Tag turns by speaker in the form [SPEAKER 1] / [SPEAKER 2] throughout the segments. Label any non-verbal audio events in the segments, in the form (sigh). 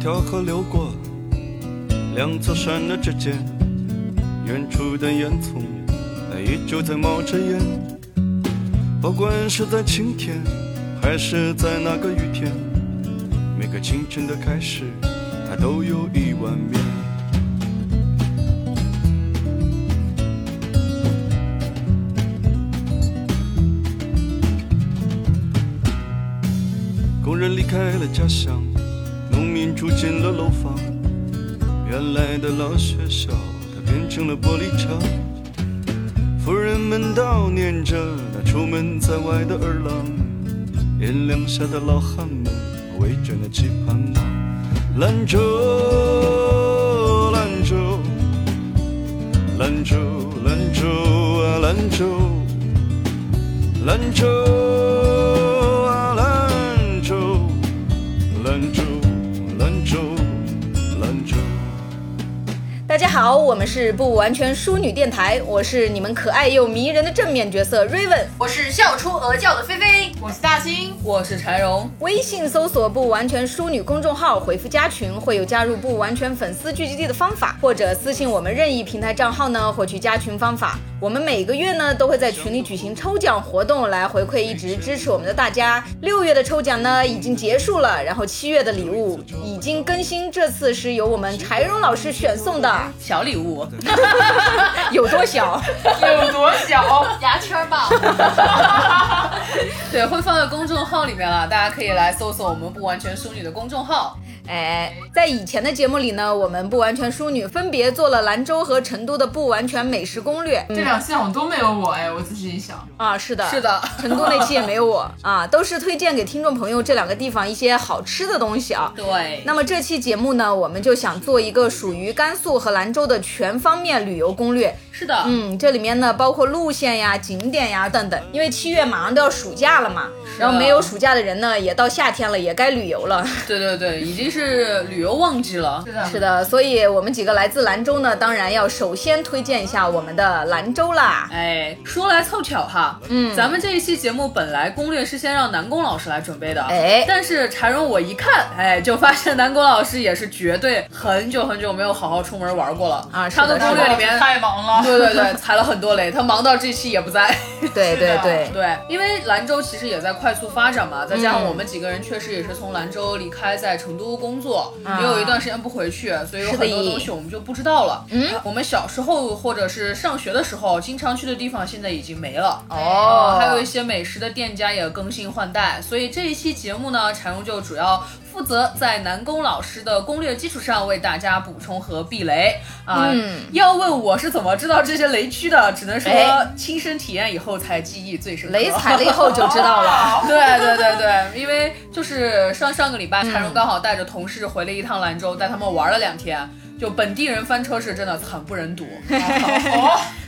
[SPEAKER 1] 条河流过，两座山的之间，远处的烟囱依旧在冒着烟。不管是在晴天，还是在那个雨天，每个清晨的开始，它都有一碗面。工人离开了家乡，农民住进了楼房。原来的老学校，它变成了玻璃厂。富人们悼念着那出门在外的儿郎，炎凉下的老汉们围着那棋盘忙。兰州，兰州，兰州，兰州啊，兰州。兰州啊，兰州，兰州，兰州，兰州。
[SPEAKER 2] 大家好，我们是不完全淑女电台，我是你们可爱又迷人的正面角色 Raven。
[SPEAKER 3] 我是笑出鹅叫的菲菲，我是大兴，我是柴荣。
[SPEAKER 2] 微信搜索“不完全淑女”公众号，回复“加群”会有加入不完全粉丝聚集地的方法，或者私信我们任意平台账号呢，获取加群方法。我们每个月呢都会在群里举行抽奖活动，来回馈一直支持我们的大家。六月的抽奖呢已经结束了，然后七月的礼物已经更新，这次是由我们柴荣老师选送的，
[SPEAKER 3] 小礼物
[SPEAKER 2] 有多小？
[SPEAKER 3] 有多 (laughs) 小？
[SPEAKER 4] 牙签儿吧，
[SPEAKER 3] 对，会放在公众号里面了，大家可以来搜索我们不完全淑女的公众号。
[SPEAKER 2] 哎，在以前的节目里呢，我们不完全淑女分别做了兰州和成都的不完全美食攻略。
[SPEAKER 5] 这两期好像都没有我哎，我仔细一想，
[SPEAKER 2] 啊，是的，
[SPEAKER 3] 嗯是的
[SPEAKER 2] 成都那期也没有我 (laughs) 啊，都是推荐给听众朋友这两个地方一些好吃的东西啊。
[SPEAKER 3] 对
[SPEAKER 2] 那么这期节目呢，我们就想做一个属于甘肃和兰州的全方面旅游攻略。
[SPEAKER 3] 是的，
[SPEAKER 2] 嗯，这里面呢包括路线呀、景点呀等等。因为七月马上都要暑假了嘛，
[SPEAKER 3] 啊
[SPEAKER 2] 然后没有暑假的人呢，也到夏天了，也该旅游了。
[SPEAKER 3] 对对对，已经是旅游旺季了。
[SPEAKER 5] 是的，
[SPEAKER 2] 是的，所以我们几个来自兰州呢，当然要首先推荐一下我们的兰州啦。
[SPEAKER 3] 哎，说来凑巧哈，嗯，咱们这一期节目本来攻略是先让南宫老师来准备的，
[SPEAKER 2] 哎
[SPEAKER 3] 但是柴荣我一看，哎，就发现南宫老师也是绝对很久很久没有好好出门玩过了
[SPEAKER 2] 啊是
[SPEAKER 3] 他
[SPEAKER 2] 的
[SPEAKER 3] 的攻略里面，
[SPEAKER 5] 太忙 (laughs) 了，
[SPEAKER 3] 对对对，踩了很多雷，他忙到这期也不在。
[SPEAKER 2] 对对对，
[SPEAKER 3] 对，因为兰州其实也在快速发展嘛，再加上
[SPEAKER 2] 嗯
[SPEAKER 3] 我们几个人确实也是从兰州离开，在成都工作，
[SPEAKER 2] 啊
[SPEAKER 3] 也有一段时间不回去，所以有
[SPEAKER 2] 是的
[SPEAKER 3] 很多东西我们就不知道了。嗯，我们小时候或者是上学的时候经常去的地方，现在已经没了。
[SPEAKER 2] 哦
[SPEAKER 3] 还有一些美食的店家也更新换代，所以这一期节目呢，柴荣就主要负责在南宫老师的攻略基础上为大家补充和避雷啊。
[SPEAKER 2] 嗯
[SPEAKER 3] 要问我是怎么知道这些雷区的，只能说
[SPEAKER 2] 哎
[SPEAKER 3] 亲身体验以后才记忆最深刻。
[SPEAKER 2] 雷踩了以后就知道了。
[SPEAKER 3] 对对对对，因为就是上上个礼拜，柴荣刚好带着同事回了一趟兰州，带他们玩了两天。就本地人翻车是真的惨不忍睹，哦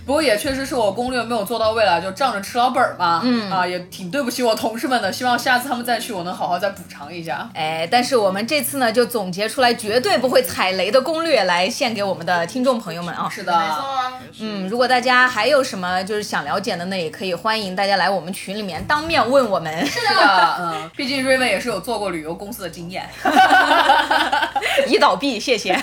[SPEAKER 3] 不过也确实是我攻略没有做到位了，就仗着吃老本儿嘛，嗯啊，也挺对不起我同事们的。希望下次他们再去，我能好好再补偿一下。
[SPEAKER 2] 哎，但是我们这次呢，就总结出来绝对不会踩雷的攻略来献给我们的听众朋友们啊。
[SPEAKER 3] 是的，
[SPEAKER 4] 啊，
[SPEAKER 2] 嗯，如果大家还有什么就是想了解的呢，也可以欢迎大家来我们群里面当面问我们，
[SPEAKER 3] 是的，嗯，毕竟瑞文也是有做过旅游公司的经验。
[SPEAKER 2] (laughs) 已倒闭，谢谢。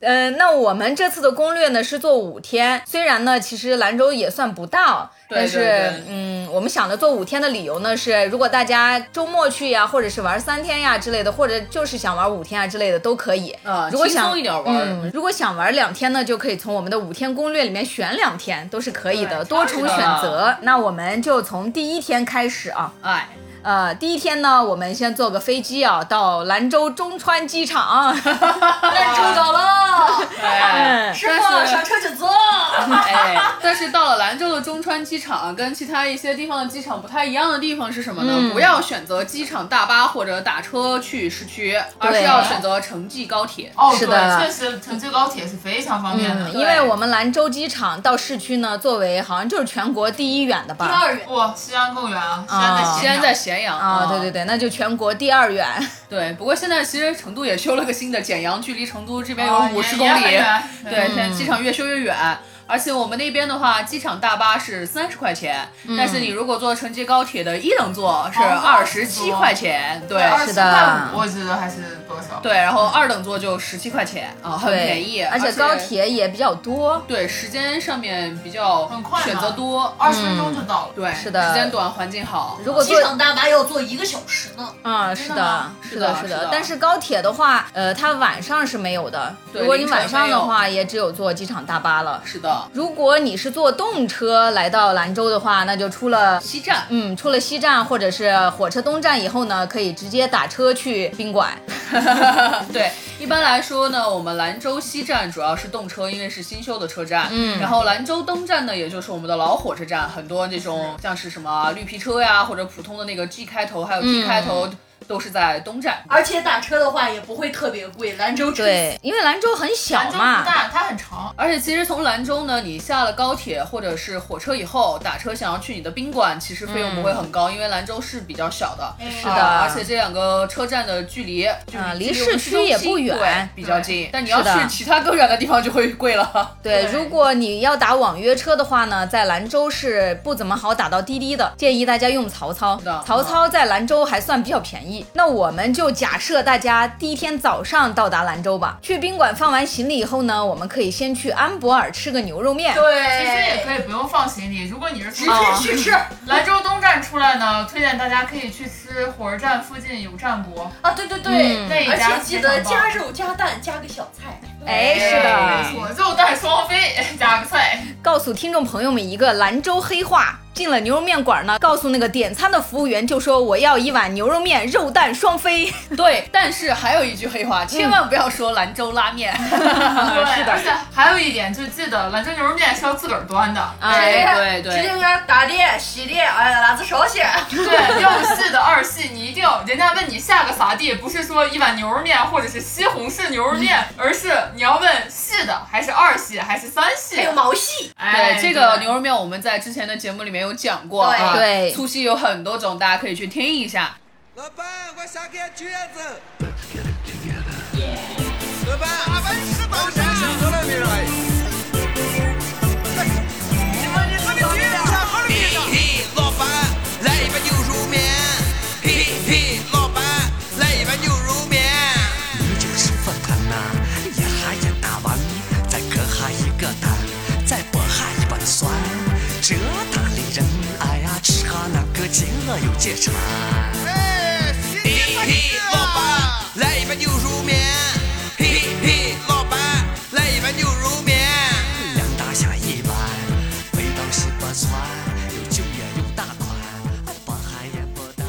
[SPEAKER 2] 呃，那我们这次的攻略呢是做五天，虽然呢其实兰州也算不到，
[SPEAKER 3] 对
[SPEAKER 2] 但是
[SPEAKER 3] 对对
[SPEAKER 2] 嗯，我们想着做五天的理由呢是，如果大家周末去呀，或者是玩三天呀之类的，或者就是想玩五天啊之类的都可以。
[SPEAKER 3] 啊
[SPEAKER 2] 如果
[SPEAKER 3] 轻松
[SPEAKER 2] 想
[SPEAKER 3] 一点玩
[SPEAKER 2] 嗯，如果想玩两天呢，就可以从我们的五天攻略里面选两天，都是可以的，
[SPEAKER 4] 对
[SPEAKER 2] 多重
[SPEAKER 3] 超
[SPEAKER 2] 选
[SPEAKER 3] 值的
[SPEAKER 2] 择。那我们就从第一天开始啊，
[SPEAKER 3] 哎，
[SPEAKER 2] 呃，第一天呢，我们先坐个飞机啊，到兰州中川机
[SPEAKER 3] (laughs)
[SPEAKER 2] 场。
[SPEAKER 4] 烂抽到了，
[SPEAKER 2] (laughs)
[SPEAKER 3] 哎，
[SPEAKER 4] 吃饭上车就走。
[SPEAKER 3] (laughs) 哎，但是到了兰州的中川机场，跟其他一些地方的机场不太一样的地方是什么呢？
[SPEAKER 2] 嗯
[SPEAKER 3] 不要选择机场大巴或者打车去市区，而是要选择城际高铁。
[SPEAKER 5] 哦，
[SPEAKER 2] 是
[SPEAKER 5] 对，
[SPEAKER 2] 的
[SPEAKER 5] 确实城际高铁是非常方便
[SPEAKER 2] 嗯，
[SPEAKER 5] 的。
[SPEAKER 2] 因为我们兰州机场到市区呢，作为好像就是全国第一远的
[SPEAKER 4] 幼
[SPEAKER 2] 吧？
[SPEAKER 4] 儿园，
[SPEAKER 5] 哇，西安更远啊，西
[SPEAKER 2] 啊
[SPEAKER 5] 安在
[SPEAKER 3] 西安
[SPEAKER 5] 在
[SPEAKER 3] 在咸阳
[SPEAKER 2] 啊，对对对，那就全国第二远。
[SPEAKER 3] 对，不过现在其实成都也修了个新的简阳，距离成都这边
[SPEAKER 5] 哦
[SPEAKER 3] 有
[SPEAKER 5] 也
[SPEAKER 3] 五十
[SPEAKER 5] 也
[SPEAKER 3] 公里
[SPEAKER 5] 很远。
[SPEAKER 2] 嗯
[SPEAKER 3] 对，现在机场越修越远。而且我们那边的话，机场大巴是三十块钱，
[SPEAKER 2] 嗯
[SPEAKER 3] 但是你如果坐承接高铁的一等座是二十七块钱，对。
[SPEAKER 5] 二
[SPEAKER 2] 是
[SPEAKER 5] 十
[SPEAKER 2] 的
[SPEAKER 5] 块五，我记得还是多少？
[SPEAKER 3] 对，然后二等座就十七块钱啊、很
[SPEAKER 2] 对，
[SPEAKER 3] 便宜，
[SPEAKER 2] 而且
[SPEAKER 3] 且
[SPEAKER 2] 高铁也比较多。
[SPEAKER 3] 对时间上面比较
[SPEAKER 5] 很快嘛
[SPEAKER 3] 选择多，
[SPEAKER 5] 二十分钟就到了。
[SPEAKER 3] 对，
[SPEAKER 2] 是的
[SPEAKER 3] 时间短，环境好。
[SPEAKER 2] 如果
[SPEAKER 4] 机
[SPEAKER 2] 坐
[SPEAKER 4] 场大巴要坐一个小时呢。
[SPEAKER 2] 啊，是
[SPEAKER 5] 真的
[SPEAKER 2] 的
[SPEAKER 5] 吗，
[SPEAKER 2] 是
[SPEAKER 3] 是的
[SPEAKER 2] 是
[SPEAKER 3] 是
[SPEAKER 2] 的
[SPEAKER 3] 的。
[SPEAKER 2] 但是高铁的话，呃，它晚上是没有的。
[SPEAKER 3] 对
[SPEAKER 2] 如果你
[SPEAKER 3] 凌晨
[SPEAKER 2] 晚上
[SPEAKER 3] 没
[SPEAKER 2] 的
[SPEAKER 3] 有
[SPEAKER 2] 话，也只有坐机场大巴了。
[SPEAKER 3] 是的，
[SPEAKER 2] 如果你是坐动车来到兰州的话，那就出了。
[SPEAKER 3] 西站，
[SPEAKER 2] 嗯，出了西站或者是火车东站以后呢，可以直接打车去宾馆。
[SPEAKER 3] (laughs) 对，一般来说呢，我们兰州西站主要是动车，因为是新修的车站。
[SPEAKER 2] 嗯
[SPEAKER 3] 然后兰州东站呢，也就是我们的老火车站，很多那种像是什么绿皮车呀，或者普通的那个 G 开头，
[SPEAKER 2] 嗯
[SPEAKER 3] 还有 T 开头，都是在东站。
[SPEAKER 4] 而且打车的话也不会特别贵，兰州车
[SPEAKER 2] 对，因为兰州很
[SPEAKER 5] 兰
[SPEAKER 2] 小
[SPEAKER 5] 州
[SPEAKER 2] 嘛
[SPEAKER 5] 不。大，它很长。
[SPEAKER 3] 而且其实从兰州呢，你下了高铁或者是火车以后，打车想要去你的宾馆，其实费用不会很高，因为兰州是比较小的。
[SPEAKER 5] 是
[SPEAKER 2] 嗯的
[SPEAKER 3] 啊而且这两个车站的距离，
[SPEAKER 2] 啊
[SPEAKER 3] 就是
[SPEAKER 2] 离
[SPEAKER 3] 离
[SPEAKER 2] 市
[SPEAKER 3] 我们
[SPEAKER 2] 区也
[SPEAKER 3] 中心
[SPEAKER 2] 不远嗯
[SPEAKER 3] 对比较近。但你要
[SPEAKER 2] 是的
[SPEAKER 3] 去其他更远的地方就会贵
[SPEAKER 2] (laughs)
[SPEAKER 3] 了。
[SPEAKER 2] 对，
[SPEAKER 5] 对
[SPEAKER 2] 如果你要打网约车的话呢，在兰州是不怎么好打到滴滴的，建议大家用曹操
[SPEAKER 3] 的。
[SPEAKER 2] 曹操在兰州还算比较便宜。那我们就假设大家第一天早上到达兰州吧，去宾馆放完行李以后呢，我们可以先去安博尔吃个牛肉面。
[SPEAKER 5] 其实也
[SPEAKER 4] 对，
[SPEAKER 5] 可以不用放行李，如果你是直
[SPEAKER 2] 哦
[SPEAKER 4] 去吃
[SPEAKER 5] (laughs) 兰州东站出来呢，推荐大家可以去吃火车站附近有站国
[SPEAKER 4] 啊！对对对，
[SPEAKER 2] 嗯
[SPEAKER 5] 那一
[SPEAKER 4] 而
[SPEAKER 5] 家
[SPEAKER 4] 且
[SPEAKER 5] 非
[SPEAKER 4] 记
[SPEAKER 5] 常
[SPEAKER 4] 得
[SPEAKER 5] 棒，
[SPEAKER 4] 加肉加蛋加个小菜。
[SPEAKER 2] 哎，是
[SPEAKER 5] 哎
[SPEAKER 2] 的，
[SPEAKER 5] 没错，肉蛋双飞 (laughs) 加个菜，
[SPEAKER 2] 告诉听众朋友们一个兰州黑话。进了牛肉面馆呢，告诉那个点餐的服务员就说我要一碗牛肉面，肉蛋双飞。
[SPEAKER 3] 对，但是还有一句黑话，千万不要说兰州
[SPEAKER 2] (laughs)
[SPEAKER 3] 拉面。啊
[SPEAKER 5] 对，而且还有一点，就记得兰州牛肉面是要自个儿端的，
[SPEAKER 2] (laughs)
[SPEAKER 3] 哎对对
[SPEAKER 4] 直接给他打的、洗的，哎呀，哪子烧些？
[SPEAKER 5] 对，又细的二细，你一定人家问你下个啥地，不是说一碗牛肉面或者是西红柿牛肉面，而是你要问细的还是二细还是三细
[SPEAKER 4] 还，有毛细，
[SPEAKER 5] 哎，
[SPEAKER 3] 对，这个牛肉面我们在之前的节目里面有讲过
[SPEAKER 4] 对
[SPEAKER 3] 啊，
[SPEAKER 2] 对
[SPEAKER 3] 粗细有很多种，大家可以去听一下。
[SPEAKER 6] 老板，我想给橘子。老板，俺们吃早餐。吃了没有？你们你们的橘子好了没有？嘿嘿，老板，来一杯牛肉面。嘿嘿，老板，来一杯牛肉面。
[SPEAKER 7] 你这个师傅他呢，一下也打完，再割下一个蛋，再剥下一把蒜，这大的人，哎呀，吃下那个饥饿又解馋。
[SPEAKER 6] 哎，
[SPEAKER 7] 嘿
[SPEAKER 6] 谢
[SPEAKER 7] 嘿
[SPEAKER 6] 谢，
[SPEAKER 7] 老
[SPEAKER 6] 老
[SPEAKER 7] 板
[SPEAKER 6] 板，来一杯牛肉面。嘿嘿，老板，来一杯牛肉面。
[SPEAKER 7] 两大下一碗，味道是不酸，有酒也有大款，不咸也不淡。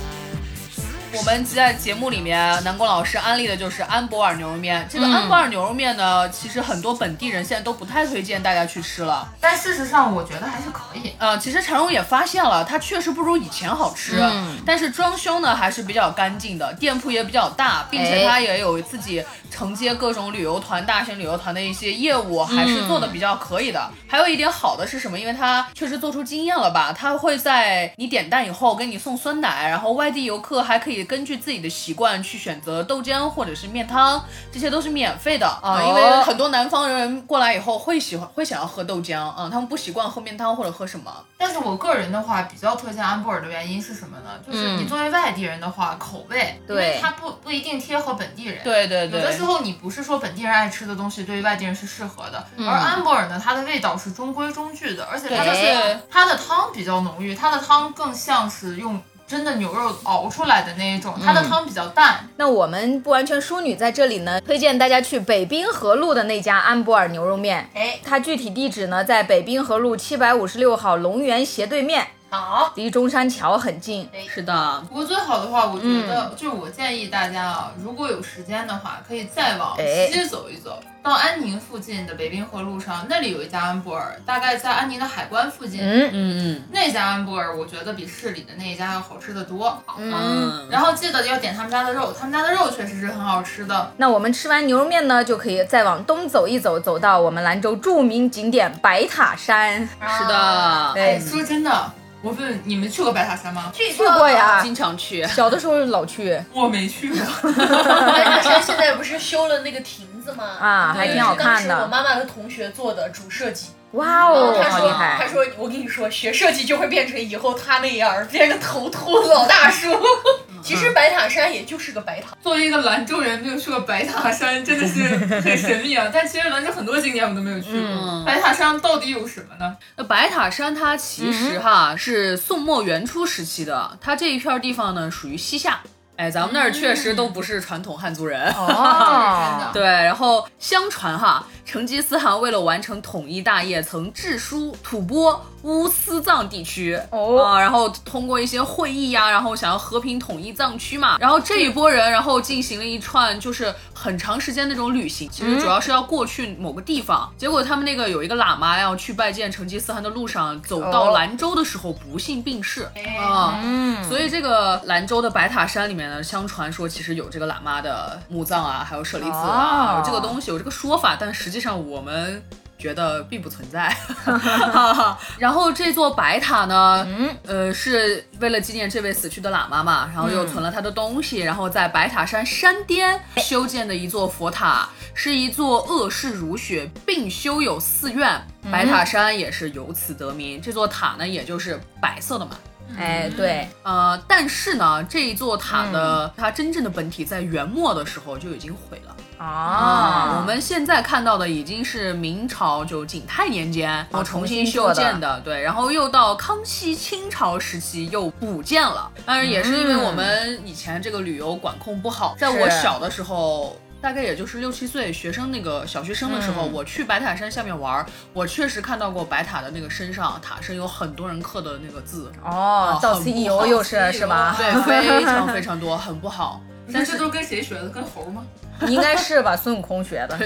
[SPEAKER 3] 我们在节目里面，南宫老师安利的就是安博尔牛肉面。这个安博尔牛肉面呢，其实很多本地人现在都不太推荐大家去吃了。
[SPEAKER 5] 但事实上我觉得还是可以。
[SPEAKER 3] 呃，其实陈荣也发现了，它确实不如以前好吃，但是装修呢还是比较干净的，店铺也比较大，并且它也有自己承接各种旅游团、大型旅游团的一些业务，还是做的比较可以的。还有一点好的是什么？因为它确实做出经验了吧，它会在你点单以后给你送酸奶，然后外地游客还可以根据自己的习惯去选择豆浆或者是面汤，这些都是免费的啊、因为
[SPEAKER 2] 哦
[SPEAKER 3] 很多南方人过来以后会喜欢会想要喝豆浆啊、他们不习惯喝面汤或者喝什么。
[SPEAKER 5] 但是我个人的话，比较推荐安博尔的原因是什么呢？就是
[SPEAKER 3] 嗯
[SPEAKER 5] 你作为外地人的话，口味，因
[SPEAKER 2] 对
[SPEAKER 5] 为它不不一定贴合本地人。
[SPEAKER 3] 对对对，
[SPEAKER 5] 有的时候你不是说本地人爱吃的东西对于外地人是适合的，而安博尔呢，它的味道是中规中矩的，而且它
[SPEAKER 3] 对
[SPEAKER 5] 的是它的汤比较浓郁，它的汤更像是用真的牛肉熬出来的那一种，它的汤比较淡。
[SPEAKER 2] 那我们不完全淑女在这里呢，推荐大家去北滨河路的那家安博尔牛肉面。
[SPEAKER 4] 哎，
[SPEAKER 2] 它具体地址呢，在北滨河路七百五十六号龙源斜对面，
[SPEAKER 4] 好，
[SPEAKER 2] 离中山桥很近。
[SPEAKER 3] 是的，
[SPEAKER 5] 不过最好的话，我觉得、就是我建议大家啊，如果有时间的话，可以再往
[SPEAKER 2] 哎
[SPEAKER 5] 西走一走，到安宁附近的北滨河路上，那里有一家安博尔，大概在安宁的海关附近。
[SPEAKER 2] 嗯，
[SPEAKER 3] 嗯
[SPEAKER 5] 那家安博尔，我觉得比市里的那一家要好吃的多。啊
[SPEAKER 3] 嗯，
[SPEAKER 5] 然后记得要点他们家的肉，他们家的肉确实是很好吃的。
[SPEAKER 2] 那我们吃完牛肉面呢，就可以再往东走一走，走到我们兰州著名景点白塔山。
[SPEAKER 3] 是的，
[SPEAKER 5] 哎，
[SPEAKER 2] 对，
[SPEAKER 5] 说真的，我问你们去过白塔山吗？
[SPEAKER 4] 去
[SPEAKER 2] 去过，
[SPEAKER 4] (laughs)
[SPEAKER 2] 呀，
[SPEAKER 3] 经常 (laughs) 去。
[SPEAKER 2] 小的时候老去。
[SPEAKER 5] 我没去过。
[SPEAKER 4] 哎白塔山现在不是修了那个亭子嘛，
[SPEAKER 2] 啊还挺好看的
[SPEAKER 4] 对当时我妈妈的同学做的主设计，
[SPEAKER 2] 哇
[SPEAKER 4] 然后
[SPEAKER 2] 哦，
[SPEAKER 4] 她
[SPEAKER 2] 好厉
[SPEAKER 4] 说，她
[SPEAKER 2] 害！
[SPEAKER 4] 说我跟你说，学设计就会变成以后她那样，变成头秃的老大叔。
[SPEAKER 2] 嗯
[SPEAKER 4] (laughs) 其实白塔山也就是个白塔，
[SPEAKER 5] 作为一个兰州人，没有去过白塔山，真的是很神秘 (laughs) 啊。但其实兰州很多景点我都没有去过，白塔山到底有什么呢？
[SPEAKER 3] 那白塔山它其实哈、是宋末元初时期的，它这一片地方呢属于西夏。哎，咱们那儿确实都不是传统汉族人。
[SPEAKER 2] 嗯哦，
[SPEAKER 3] (laughs) 对，然后相传哈，成吉思汗为了完成统一大业，曾致书吐蕃、乌斯藏地区
[SPEAKER 2] 哦
[SPEAKER 3] 啊，然后通过一些会议呀、然后想要和平统一藏区嘛，然后这一波人，然后进行了一串就是很长时间那种旅行，其
[SPEAKER 2] 嗯
[SPEAKER 3] 实主要是要过去某个地方，结果他们那个有一个喇嘛要去拜见成吉思汗的路上，走到
[SPEAKER 2] 哦
[SPEAKER 3] 兰州的时候不幸病逝啊，
[SPEAKER 2] 嗯，
[SPEAKER 3] 所以这个兰州的白塔山里面呢，相传说其实有这个喇嘛的墓葬啊，还有舍利子啊，
[SPEAKER 2] 哦
[SPEAKER 3] 有这个东西，有这个说法，但实际上我们。觉得并不存
[SPEAKER 2] (laughs)
[SPEAKER 3] 在。 (laughs) 然后这座白塔呢，
[SPEAKER 2] 嗯
[SPEAKER 3] 呃，是为了纪念这位死去的喇嘛嘛，然后又存了他的东西，
[SPEAKER 2] 嗯
[SPEAKER 3] 然后在白塔山山巅修建的一座佛塔，是一座恶世如雪，并修有寺院，白塔山也是由此得名。这座塔呢，也就是白色的嘛，
[SPEAKER 2] 哎，对，
[SPEAKER 3] 呃，但是呢，这一座塔的、它真正的本体在元末的时候就已经毁了
[SPEAKER 2] 哦，
[SPEAKER 3] 啊我们现在看到的已经是明朝就景泰年间然后哦重新修建的，对，然后又到康熙、清朝时期又补建了。当然也是因为我们以前这个旅游管控不好，在我
[SPEAKER 2] 是
[SPEAKER 3] 小的时候。大概也就是六七岁学生那个小学生的时候，
[SPEAKER 2] 嗯
[SPEAKER 3] 我去白塔山下面玩儿，我确实看到过白塔的那个身上塔身有很多人刻的那个字，
[SPEAKER 2] 哦，造此一游又是是吧？
[SPEAKER 3] 对，非常非常多，很不 (laughs) 好。
[SPEAKER 5] 但这都跟谁学的？跟猴儿吗？
[SPEAKER 2] (laughs) 应该是吧？孙悟空学的。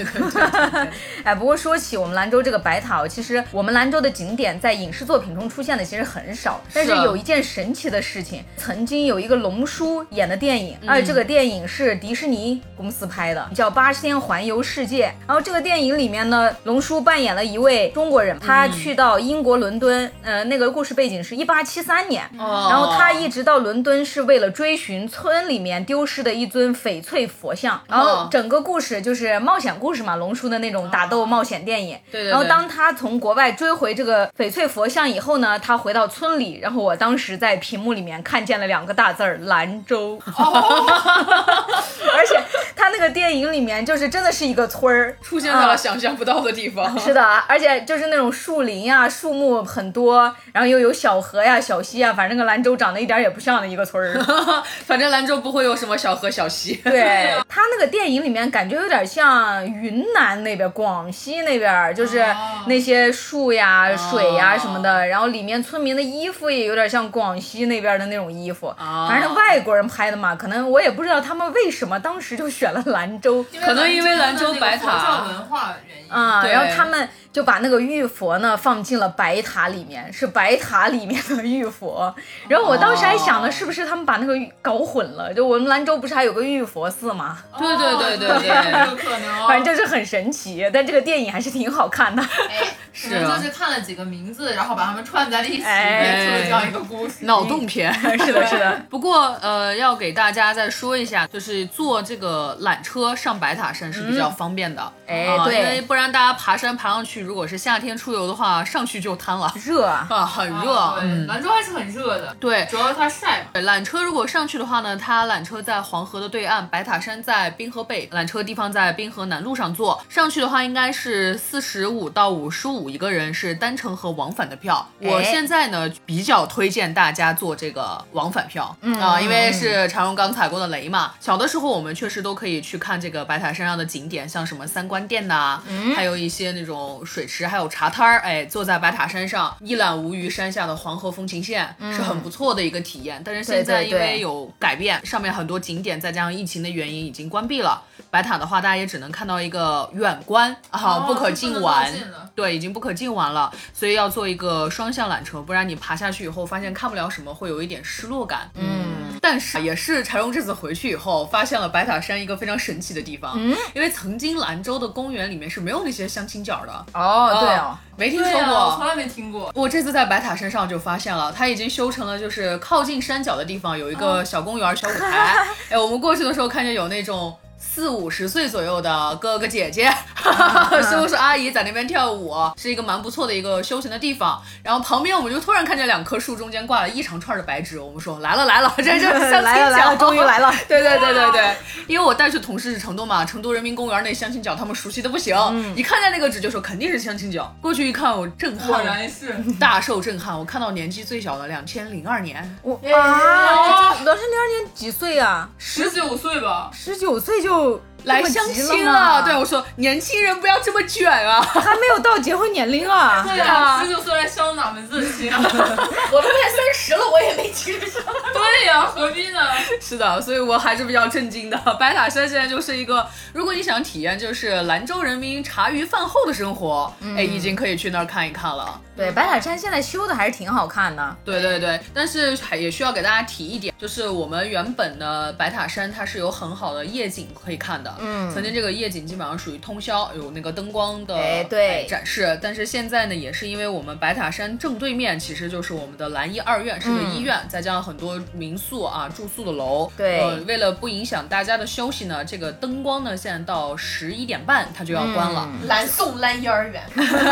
[SPEAKER 2] (laughs) 哎，不过说起我们兰州这个白塔哦，其实我们兰州的景点在影视作品中出现的其实很少，但是
[SPEAKER 3] 是啊
[SPEAKER 2] 有一件神奇的事情，曾经有一个龙叔演的电影，而且这个电影是迪士尼公司拍的，叫《八仙环游世界》。然后这个电影里面呢，龙叔扮演了一位中国人，他去到英国伦敦，呃，那个故事背景是一八七三年，
[SPEAKER 3] 哦
[SPEAKER 2] 然后他一直到伦敦是为了追寻村里面丢失的一尊翡翠佛像，然后
[SPEAKER 3] 哦
[SPEAKER 2] 整个故事就是冒险故事嘛，龙叔的那种打斗冒险电影。
[SPEAKER 3] 对对对
[SPEAKER 2] 然后当他从国外追回这个翡翠佛像以后呢，他回到村里，然后我当时在屏幕里面看见了两个大字儿“兰州”，
[SPEAKER 3] 哦
[SPEAKER 2] (laughs) 而且他那个电影里面就是真的是一个村儿，
[SPEAKER 3] 出现在了想象不到的地
[SPEAKER 2] (laughs)
[SPEAKER 3] 方。
[SPEAKER 2] 是的，而且就是那种树林啊，树木很多，然后又有小河呀、小溪啊，反正跟兰州长得一点儿也不像的一个村
[SPEAKER 3] (laughs)
[SPEAKER 2] 儿。
[SPEAKER 3] (laughs) 反正兰州不会有什么小河小溪。
[SPEAKER 2] 对他那个电影里面，感觉有点像云南那边、广西那边，就是那些树呀、水呀什么的。然后里面村民的衣服也有点像广西那边的那种衣服。
[SPEAKER 3] 哦
[SPEAKER 2] 反正外国人拍的嘛，可能我也不知道他们为什么当时就选了兰州。
[SPEAKER 3] 可能因为兰州白塔
[SPEAKER 5] 佛教文化原因。
[SPEAKER 2] 啊、
[SPEAKER 3] 对
[SPEAKER 2] 然后他们就把那个玉佛呢放进了白塔里面，是白塔里面的玉佛。然后我当时还想呢，
[SPEAKER 3] 哦
[SPEAKER 2] 是不是他们把那个玉搞混了？就我们兰州不是还有个玉佛寺吗？
[SPEAKER 3] 对对对对对
[SPEAKER 5] 哦有可能。哦
[SPEAKER 2] 反正就是很神奇，但这个电影还是挺好看的。
[SPEAKER 5] 哎，
[SPEAKER 3] 是
[SPEAKER 5] 可 (laughs)
[SPEAKER 3] 啊
[SPEAKER 5] 能就是看了几个名字，然后把他们串在了一起，
[SPEAKER 2] 哎
[SPEAKER 5] 编出了这样一个故事。
[SPEAKER 3] (laughs) 脑洞片。
[SPEAKER 2] (laughs) 是的，是的，
[SPEAKER 3] (laughs) 不过呃，要给大家再说一下，就是坐这个缆车上白塔山是比较方便的。
[SPEAKER 2] 哎
[SPEAKER 3] 啊
[SPEAKER 2] 对
[SPEAKER 3] 因为不然大家爬山爬上去，如果是夏天出游的话，上去就瘫了
[SPEAKER 2] (laughs)
[SPEAKER 3] (laughs)
[SPEAKER 2] 热啊，
[SPEAKER 3] 啊，很热。
[SPEAKER 5] 啊对，
[SPEAKER 3] 嗯，
[SPEAKER 5] 兰州还是很热的，
[SPEAKER 3] 对。
[SPEAKER 5] 主要是它晒嘛。
[SPEAKER 3] 对呃缆车如果上去的话呢，它缆车在黄河的对岸，白塔山在滨河北，缆车地方在滨河南路上坐。上去的话应该是四十五到五十五一个人，是单程和往返的票。我现在呢比较推荐大家坐这个往返票啊、
[SPEAKER 2] 嗯
[SPEAKER 3] 因为是常荣刚踩过的雷嘛。小的时候我们确实都可以去看这个白塔山上的景点，像什么三官殿呐、
[SPEAKER 2] 嗯
[SPEAKER 3] 还有一些那种水池，还有茶摊儿，哎，坐在白塔山上一览无余山下的黄河风情线，是很不错的一个体验。但是现
[SPEAKER 2] 嗯
[SPEAKER 3] 在
[SPEAKER 2] 对对
[SPEAKER 3] 因
[SPEAKER 2] 对
[SPEAKER 3] 为有改变，上面很多景点再加上疫情的原因已经关闭了。白塔的话，大家也只能看到一个远观啊，
[SPEAKER 5] 哦
[SPEAKER 3] 不可
[SPEAKER 5] 不
[SPEAKER 3] 近
[SPEAKER 5] 能
[SPEAKER 3] 玩
[SPEAKER 5] 靠近了。
[SPEAKER 3] 对，已经不可近玩了，所以要做一个双向缆车，不然你爬下去以后发现看不了什么，会有一点失落感。嗯，但是也是柴荣这次回去以后，发现了白塔山一个非常神奇的地方，嗯、因为曾经兰州的公园里面是没有那些相亲角的。啊
[SPEAKER 2] 哦，对哦，，
[SPEAKER 3] 没听
[SPEAKER 5] 啊对啊
[SPEAKER 3] 说过。
[SPEAKER 5] 呀，我从来没听过。
[SPEAKER 3] 我这次在白塔山上就发现了，它已经修成了，
[SPEAKER 2] 哦 (laughs)
[SPEAKER 3] 就是靠近山脚的地方有一个小公园、小舞台。哎，我们过去的时候看见有那种四五十岁左右的哥哥姐姐、 (laughs)
[SPEAKER 2] 嗯
[SPEAKER 3] 叔叔阿姨在那边跳舞，是一个蛮不错的一个休闲的地方。然后旁边我们就突然看见两棵树中间挂了一长串的白纸，我们说来了来了，这
[SPEAKER 2] (laughs)
[SPEAKER 3] 这相亲
[SPEAKER 2] 来了来
[SPEAKER 3] 角
[SPEAKER 2] 了，终于来了。
[SPEAKER 3] (laughs)
[SPEAKER 2] (laughs)
[SPEAKER 3] 对对对对对，因为我带去同事是成都嘛，成都人民公园那相亲角他们熟悉的不行，
[SPEAKER 2] 嗯
[SPEAKER 3] 一看见那个纸就说肯定是相亲角。过去一看，我震
[SPEAKER 5] 果
[SPEAKER 3] 撼，
[SPEAKER 5] 然是。
[SPEAKER 3] (laughs) 大受震撼。我看到年纪最小的两千零二年，
[SPEAKER 2] 我啊，哦哎这这两千零二年几岁啊？
[SPEAKER 5] 十九岁吧，
[SPEAKER 2] 十九岁就
[SPEAKER 3] 来
[SPEAKER 2] 这么
[SPEAKER 3] 相
[SPEAKER 2] 急
[SPEAKER 3] 亲
[SPEAKER 2] 了
[SPEAKER 3] 了。
[SPEAKER 2] 吗
[SPEAKER 3] 对，我说年轻人不要这么卷
[SPEAKER 2] (laughs)
[SPEAKER 3] 啊。
[SPEAKER 2] 还没有到结婚年龄 (laughs) 啊。
[SPEAKER 5] 对
[SPEAKER 3] 啊
[SPEAKER 5] 呀，十九岁来相哪门子亲
[SPEAKER 4] (laughs)
[SPEAKER 5] 啊？
[SPEAKER 4] 我都快三十了，我也没急着上。
[SPEAKER 5] 对呀，何必呢？
[SPEAKER 3] (laughs) 是的，所以我还是比较震惊的。 (laughs) 白塔山现在就是一个，如果你想体验就是兰州人民茶余饭后的生活，哎，已经可以去那儿看一看了。
[SPEAKER 2] 对，白塔山现在修的还是挺好看的。
[SPEAKER 3] 对对对，但是还也需要给大家提一点，就是我们原本的白塔山它是有很好的夜景可以看的，嗯，曾经这个夜景基本上属于通宵，有那个灯光的
[SPEAKER 2] 哎对
[SPEAKER 3] 展示，但是现在呢，也是因为我们白塔山正对面其实就是我们的蓝医二院，是个医院，再加上很多民宿啊住宿的楼，
[SPEAKER 2] 嗯对
[SPEAKER 3] 呃，为了不影响大家的休息呢，这个灯光呢现在到十一点半它就要关
[SPEAKER 2] 嗯
[SPEAKER 3] 了，
[SPEAKER 4] 蓝送蓝幼儿园，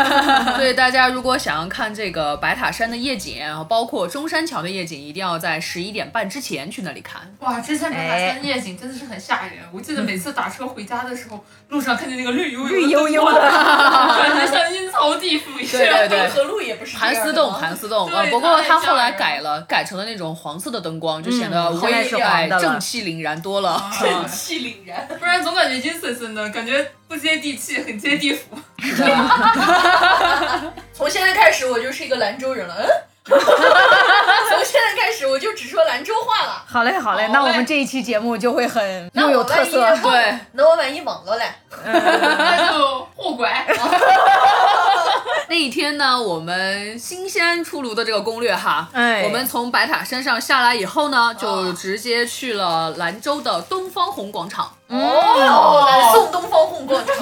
[SPEAKER 2] (laughs)
[SPEAKER 3] 所以大家如果想要看这个白塔山的夜景，然后包括中山桥的夜景，一定要在十一点半之前去那里看。
[SPEAKER 5] 哇，之前白塔
[SPEAKER 3] 哎
[SPEAKER 5] 山夜景真的是很吓人。我记得每次打车回家的时候，路上看见那个绿油油、
[SPEAKER 2] 绿油油的
[SPEAKER 5] 的灯
[SPEAKER 3] (laughs)
[SPEAKER 5] 光，感觉像阴曹地府一
[SPEAKER 3] 对
[SPEAKER 5] 样。
[SPEAKER 3] 对
[SPEAKER 5] (laughs)
[SPEAKER 4] 河路也不是这
[SPEAKER 3] 盘
[SPEAKER 4] 样的吗
[SPEAKER 3] 丝
[SPEAKER 2] 啊
[SPEAKER 3] 洞，盘丝洞，
[SPEAKER 5] 对
[SPEAKER 3] 呃，不过
[SPEAKER 5] 它
[SPEAKER 3] 它
[SPEAKER 5] 也
[SPEAKER 3] 后来
[SPEAKER 5] 叫人
[SPEAKER 3] 改了，改成了那种黄色的灯光，就显得
[SPEAKER 2] 嗯后来
[SPEAKER 3] 威
[SPEAKER 2] 是黄
[SPEAKER 3] 哎
[SPEAKER 2] 的了嗯
[SPEAKER 3] 正气凛然多了。
[SPEAKER 4] 正气凛然。
[SPEAKER 5] 嗯不然总感觉阴森森的，感觉不接地气，很接地府。
[SPEAKER 4] 从现在开始，我就是一个兰州人了。嗯，
[SPEAKER 2] (laughs)
[SPEAKER 4] 从现在开始，我就只说兰州话了。
[SPEAKER 2] 好嘞，好嘞，
[SPEAKER 5] 好
[SPEAKER 2] 那我
[SPEAKER 5] 嘞
[SPEAKER 2] 们这一期节目就会很
[SPEAKER 4] 那
[SPEAKER 2] 又
[SPEAKER 4] 我
[SPEAKER 2] 有特色
[SPEAKER 4] 万
[SPEAKER 3] (laughs)
[SPEAKER 4] 一。
[SPEAKER 3] 对，
[SPEAKER 4] 那我万一忘了嘞，
[SPEAKER 5] 那就互拐。
[SPEAKER 3] 那一天呢，我们新鲜出炉的这个攻略哈，
[SPEAKER 2] 哎
[SPEAKER 3] 我们从白塔山上下来以后呢，就
[SPEAKER 4] 哦
[SPEAKER 3] 直接去了兰州的东方红广场。
[SPEAKER 2] 哎
[SPEAKER 4] 哦，南宋东方红广场，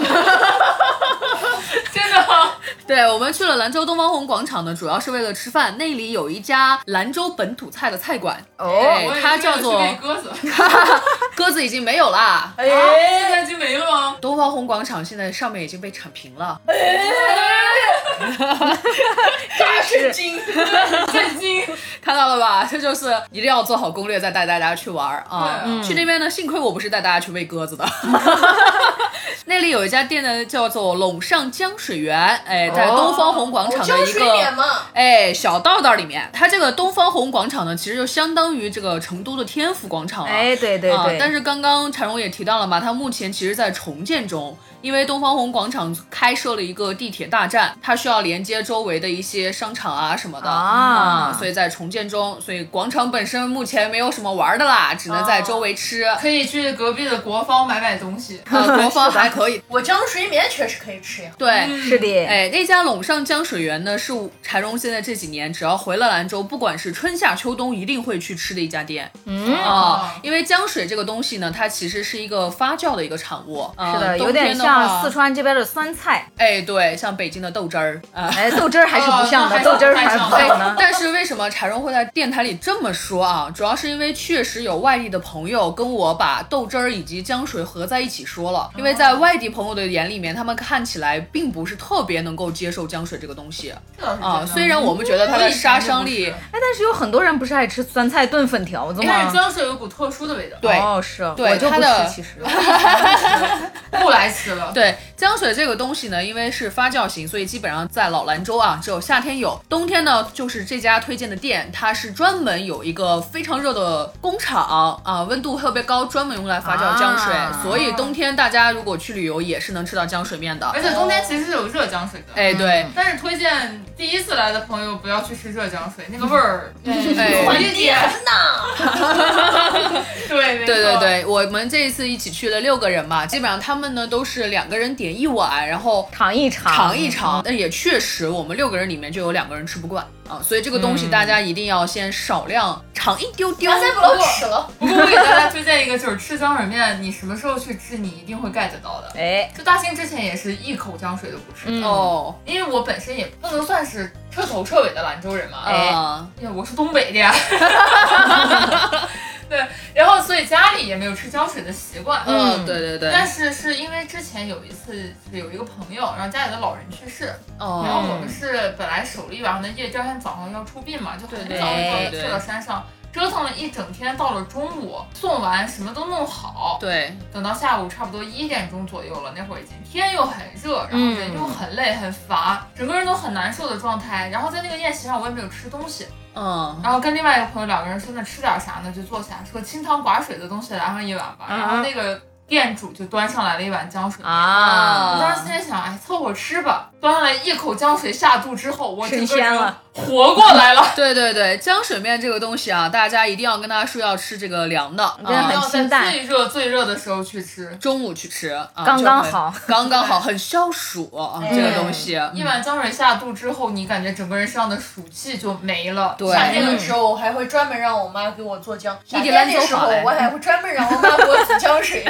[SPEAKER 5] 真的，
[SPEAKER 3] 对，我们去了兰州东方红广场呢，主要是为了吃饭。那里有一家兰州本土菜的菜馆，哎
[SPEAKER 2] 哦，
[SPEAKER 5] 我也
[SPEAKER 3] 它
[SPEAKER 5] 是
[SPEAKER 3] 叫做 (laughs)
[SPEAKER 5] 去喂鸽子，
[SPEAKER 3] 鸽子已经没有啦。
[SPEAKER 2] 哎
[SPEAKER 3] 啊
[SPEAKER 5] 现在就没了吗？
[SPEAKER 3] 东方红广场现在上面已经被铲平了，
[SPEAKER 4] 大震
[SPEAKER 5] (laughs)
[SPEAKER 4] 惊！
[SPEAKER 5] 震惊！
[SPEAKER 3] 看到了吧？这就是一定要做好攻略，再带大家去玩儿啊！
[SPEAKER 5] 对
[SPEAKER 3] 去那边呢，幸亏我不是带大家去喂鸽子的。那里有一家店呢，叫做陇上江水园，哎，在东方红广场的
[SPEAKER 5] 哦
[SPEAKER 4] 江
[SPEAKER 3] 一
[SPEAKER 4] 水
[SPEAKER 3] 个、
[SPEAKER 4] 脸嘛，
[SPEAKER 3] 哎，小道道里面，它这个东方红广场呢，其实就相当于这个成都的天府广场了。
[SPEAKER 2] 哎，对对
[SPEAKER 3] 啊
[SPEAKER 2] 对，，
[SPEAKER 3] 但
[SPEAKER 2] 是
[SPEAKER 3] 是刚刚陈荣也提到了嘛，它目前其实在重建中，因为东方红广场开设了一个地铁大站，它需要连接周围的一些商场啊什么的嗯
[SPEAKER 2] 啊
[SPEAKER 3] 所以在重建中，所以广场本身目前没有什么玩的啦，只能在周围吃。
[SPEAKER 5] 可以去隔壁的国芳买买东西。
[SPEAKER 3] 呃，国芳还可以，
[SPEAKER 4] 哦 (laughs) 我江水面确实可以吃呀。嗯
[SPEAKER 3] 对。
[SPEAKER 2] 是的，
[SPEAKER 3] 哎，那家陇上江水园呢，是柴荣现在这几年只要回了兰州，不管是春夏秋冬，一定会去吃的一家店。嗯
[SPEAKER 2] 哦
[SPEAKER 3] 啊、因为江水这个东西呢，它其实是一个发酵的一个产物，呃
[SPEAKER 2] 是的，有
[SPEAKER 3] 冬天
[SPEAKER 2] 点
[SPEAKER 3] 的
[SPEAKER 2] 像
[SPEAKER 3] 话
[SPEAKER 2] 四川这边的酸菜，
[SPEAKER 3] 哎，对，像北京的豆汁儿
[SPEAKER 2] (laughs)
[SPEAKER 3] 啊。
[SPEAKER 2] 哎，豆汁儿还是不像的，
[SPEAKER 5] 哦那还
[SPEAKER 2] 豆汁儿
[SPEAKER 5] 还
[SPEAKER 2] 还
[SPEAKER 5] 像
[SPEAKER 2] 不
[SPEAKER 5] 哎
[SPEAKER 2] 像呢。
[SPEAKER 3] 但是为什么柴荣会在电台里这么说啊？主要是因为确实有外地的朋友跟我把豆汁儿以及江水合在一起说了，因为在外地朋友的眼里面，他们看起来并不是特别能够接受江水这个东西
[SPEAKER 5] 这倒是真
[SPEAKER 3] 啊。
[SPEAKER 5] 的
[SPEAKER 3] 虽然我们觉得它的杀伤力，啊
[SPEAKER 2] 哎，但是有很多人不是爱吃酸菜炖粉条子
[SPEAKER 5] 但是
[SPEAKER 2] 吗？
[SPEAKER 5] 江水有股特殊的味道，
[SPEAKER 3] 哎对
[SPEAKER 2] 哦，是，
[SPEAKER 3] 对
[SPEAKER 2] 我就
[SPEAKER 3] 它
[SPEAKER 2] 不
[SPEAKER 3] 的
[SPEAKER 2] 吃，其实。
[SPEAKER 5] 不来吃了。
[SPEAKER 3] 对江水这个东西呢，因为是发酵型，所以基本上在老兰州啊，只有夏天有，冬天呢就是这家推荐的店，它是专门有一个非常热的工厂啊，温度特别高，专门用来发酵江水，
[SPEAKER 2] 啊
[SPEAKER 3] 所以冬天大家如果去旅游也是能吃到江水面的
[SPEAKER 5] (laughs) 而。且冬天其实是有热江水的。
[SPEAKER 3] 哎，对。
[SPEAKER 5] 但是推荐第一次来的朋友不要去吃热江水，那个味儿，
[SPEAKER 3] 哎
[SPEAKER 5] 回去点。
[SPEAKER 4] 呐，
[SPEAKER 5] (laughs) 嗯对，没错
[SPEAKER 3] 对对，对，我们这一次一起去了六个人嘛，基本上他们呢都是两个人点一碗，然后
[SPEAKER 2] 尝一尝，
[SPEAKER 3] 尝一尝，但也确实，我们六个人里面就有两个人吃不惯啊，所以这个东西大家一定要先少量尝一丢丢。
[SPEAKER 4] 咱再不老吃了。
[SPEAKER 5] 不过我给大家推荐一个，就是吃江水面，你什么时候去吃，你一定会 get 到的。
[SPEAKER 2] 哎，
[SPEAKER 5] 就大兴之前也是一口江水都不吃，
[SPEAKER 2] 嗯
[SPEAKER 3] 哦，
[SPEAKER 5] 因为我本身也不能算是彻头彻尾的兰州人嘛，
[SPEAKER 2] 哎
[SPEAKER 3] 啊，
[SPEAKER 5] 因为我是东北的呀。对，然后所以家里也没有吃胶水的习惯。
[SPEAKER 2] 嗯
[SPEAKER 3] 对对对，
[SPEAKER 5] 但是是因为之前有一次是有一个朋友，然后家里的老人去世，然后我
[SPEAKER 3] 哦
[SPEAKER 5] 们是本来守了一晚上的夜，第二天早上要出殡嘛，就很
[SPEAKER 3] 对
[SPEAKER 5] 早很
[SPEAKER 3] 对
[SPEAKER 5] 早
[SPEAKER 3] 对
[SPEAKER 5] 就去了山上，折腾了一整天，到了中午送完什么都弄好，
[SPEAKER 3] 对，
[SPEAKER 5] 等到下午差不多一点钟左右了，那会儿已经天又很热，然后人
[SPEAKER 3] 嗯
[SPEAKER 5] 又很累很乏，整个人都很难受的状态。然后在那个宴席上我也没有吃东西，
[SPEAKER 3] 嗯
[SPEAKER 5] 然后跟另外一个朋友两个人说那吃点啥呢？就坐下说清汤寡水的东西来上一碗吧。
[SPEAKER 3] 啊
[SPEAKER 5] 然后那个店主就端上来了一碗浆
[SPEAKER 2] 啊
[SPEAKER 5] 水。我当时
[SPEAKER 3] 啊
[SPEAKER 5] 心里想，哎，凑合吃吧。端上来一口浆水下肚之后，我
[SPEAKER 2] 升
[SPEAKER 5] 整个
[SPEAKER 2] 仙
[SPEAKER 5] 人
[SPEAKER 2] 了
[SPEAKER 5] 活过
[SPEAKER 3] (laughs)
[SPEAKER 5] 来了。
[SPEAKER 3] 对对对，浆水面这个东西啊，大家一定要跟大家说要吃这个凉的，
[SPEAKER 2] 真的
[SPEAKER 3] 啊
[SPEAKER 2] 很
[SPEAKER 5] 要在
[SPEAKER 2] 清淡
[SPEAKER 5] 最热最热的时候去吃，
[SPEAKER 3] 中午去吃，啊、
[SPEAKER 2] 刚刚
[SPEAKER 3] 就会
[SPEAKER 2] 好，
[SPEAKER 3] 刚刚好，很消暑啊，这个东西。
[SPEAKER 5] 一碗浆水下肚之后，你感觉整个人身上的暑气就没了。
[SPEAKER 3] 对
[SPEAKER 4] 夏天的时候，我还会专门让我妈给我做姜。夏
[SPEAKER 3] 你给
[SPEAKER 4] 天
[SPEAKER 3] 兰
[SPEAKER 4] 的
[SPEAKER 3] 州
[SPEAKER 4] 时
[SPEAKER 3] 好
[SPEAKER 4] 候，
[SPEAKER 3] 嘞
[SPEAKER 4] 我还会专门让我妈给我煮姜水。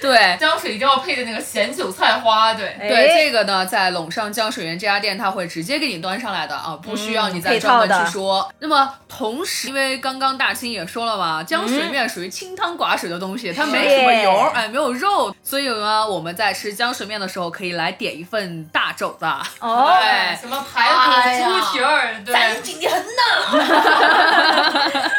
[SPEAKER 3] 对
[SPEAKER 5] 浆水一定要配着那个咸韭菜花，对。
[SPEAKER 3] 对，
[SPEAKER 2] 哎
[SPEAKER 3] 这个呢，在陇上江水源这家店，它会直接给你端上来的啊，不需要你
[SPEAKER 2] 嗯配
[SPEAKER 3] 再专
[SPEAKER 2] 套
[SPEAKER 3] 门
[SPEAKER 2] 的
[SPEAKER 3] 去说。那么同时，因为刚刚大清也说了嘛，江水面属于清汤寡水的东西，它没什么油，
[SPEAKER 2] 嗯是
[SPEAKER 3] 哎，没有肉，所以呢，我们在吃江水面的时候，可以来点一份大肘子。啊
[SPEAKER 2] 哦，
[SPEAKER 5] 对，什么排
[SPEAKER 4] 哎
[SPEAKER 5] 骨、
[SPEAKER 4] 呀
[SPEAKER 5] 猪蹄儿，对，
[SPEAKER 4] 咱今天
[SPEAKER 3] (laughs)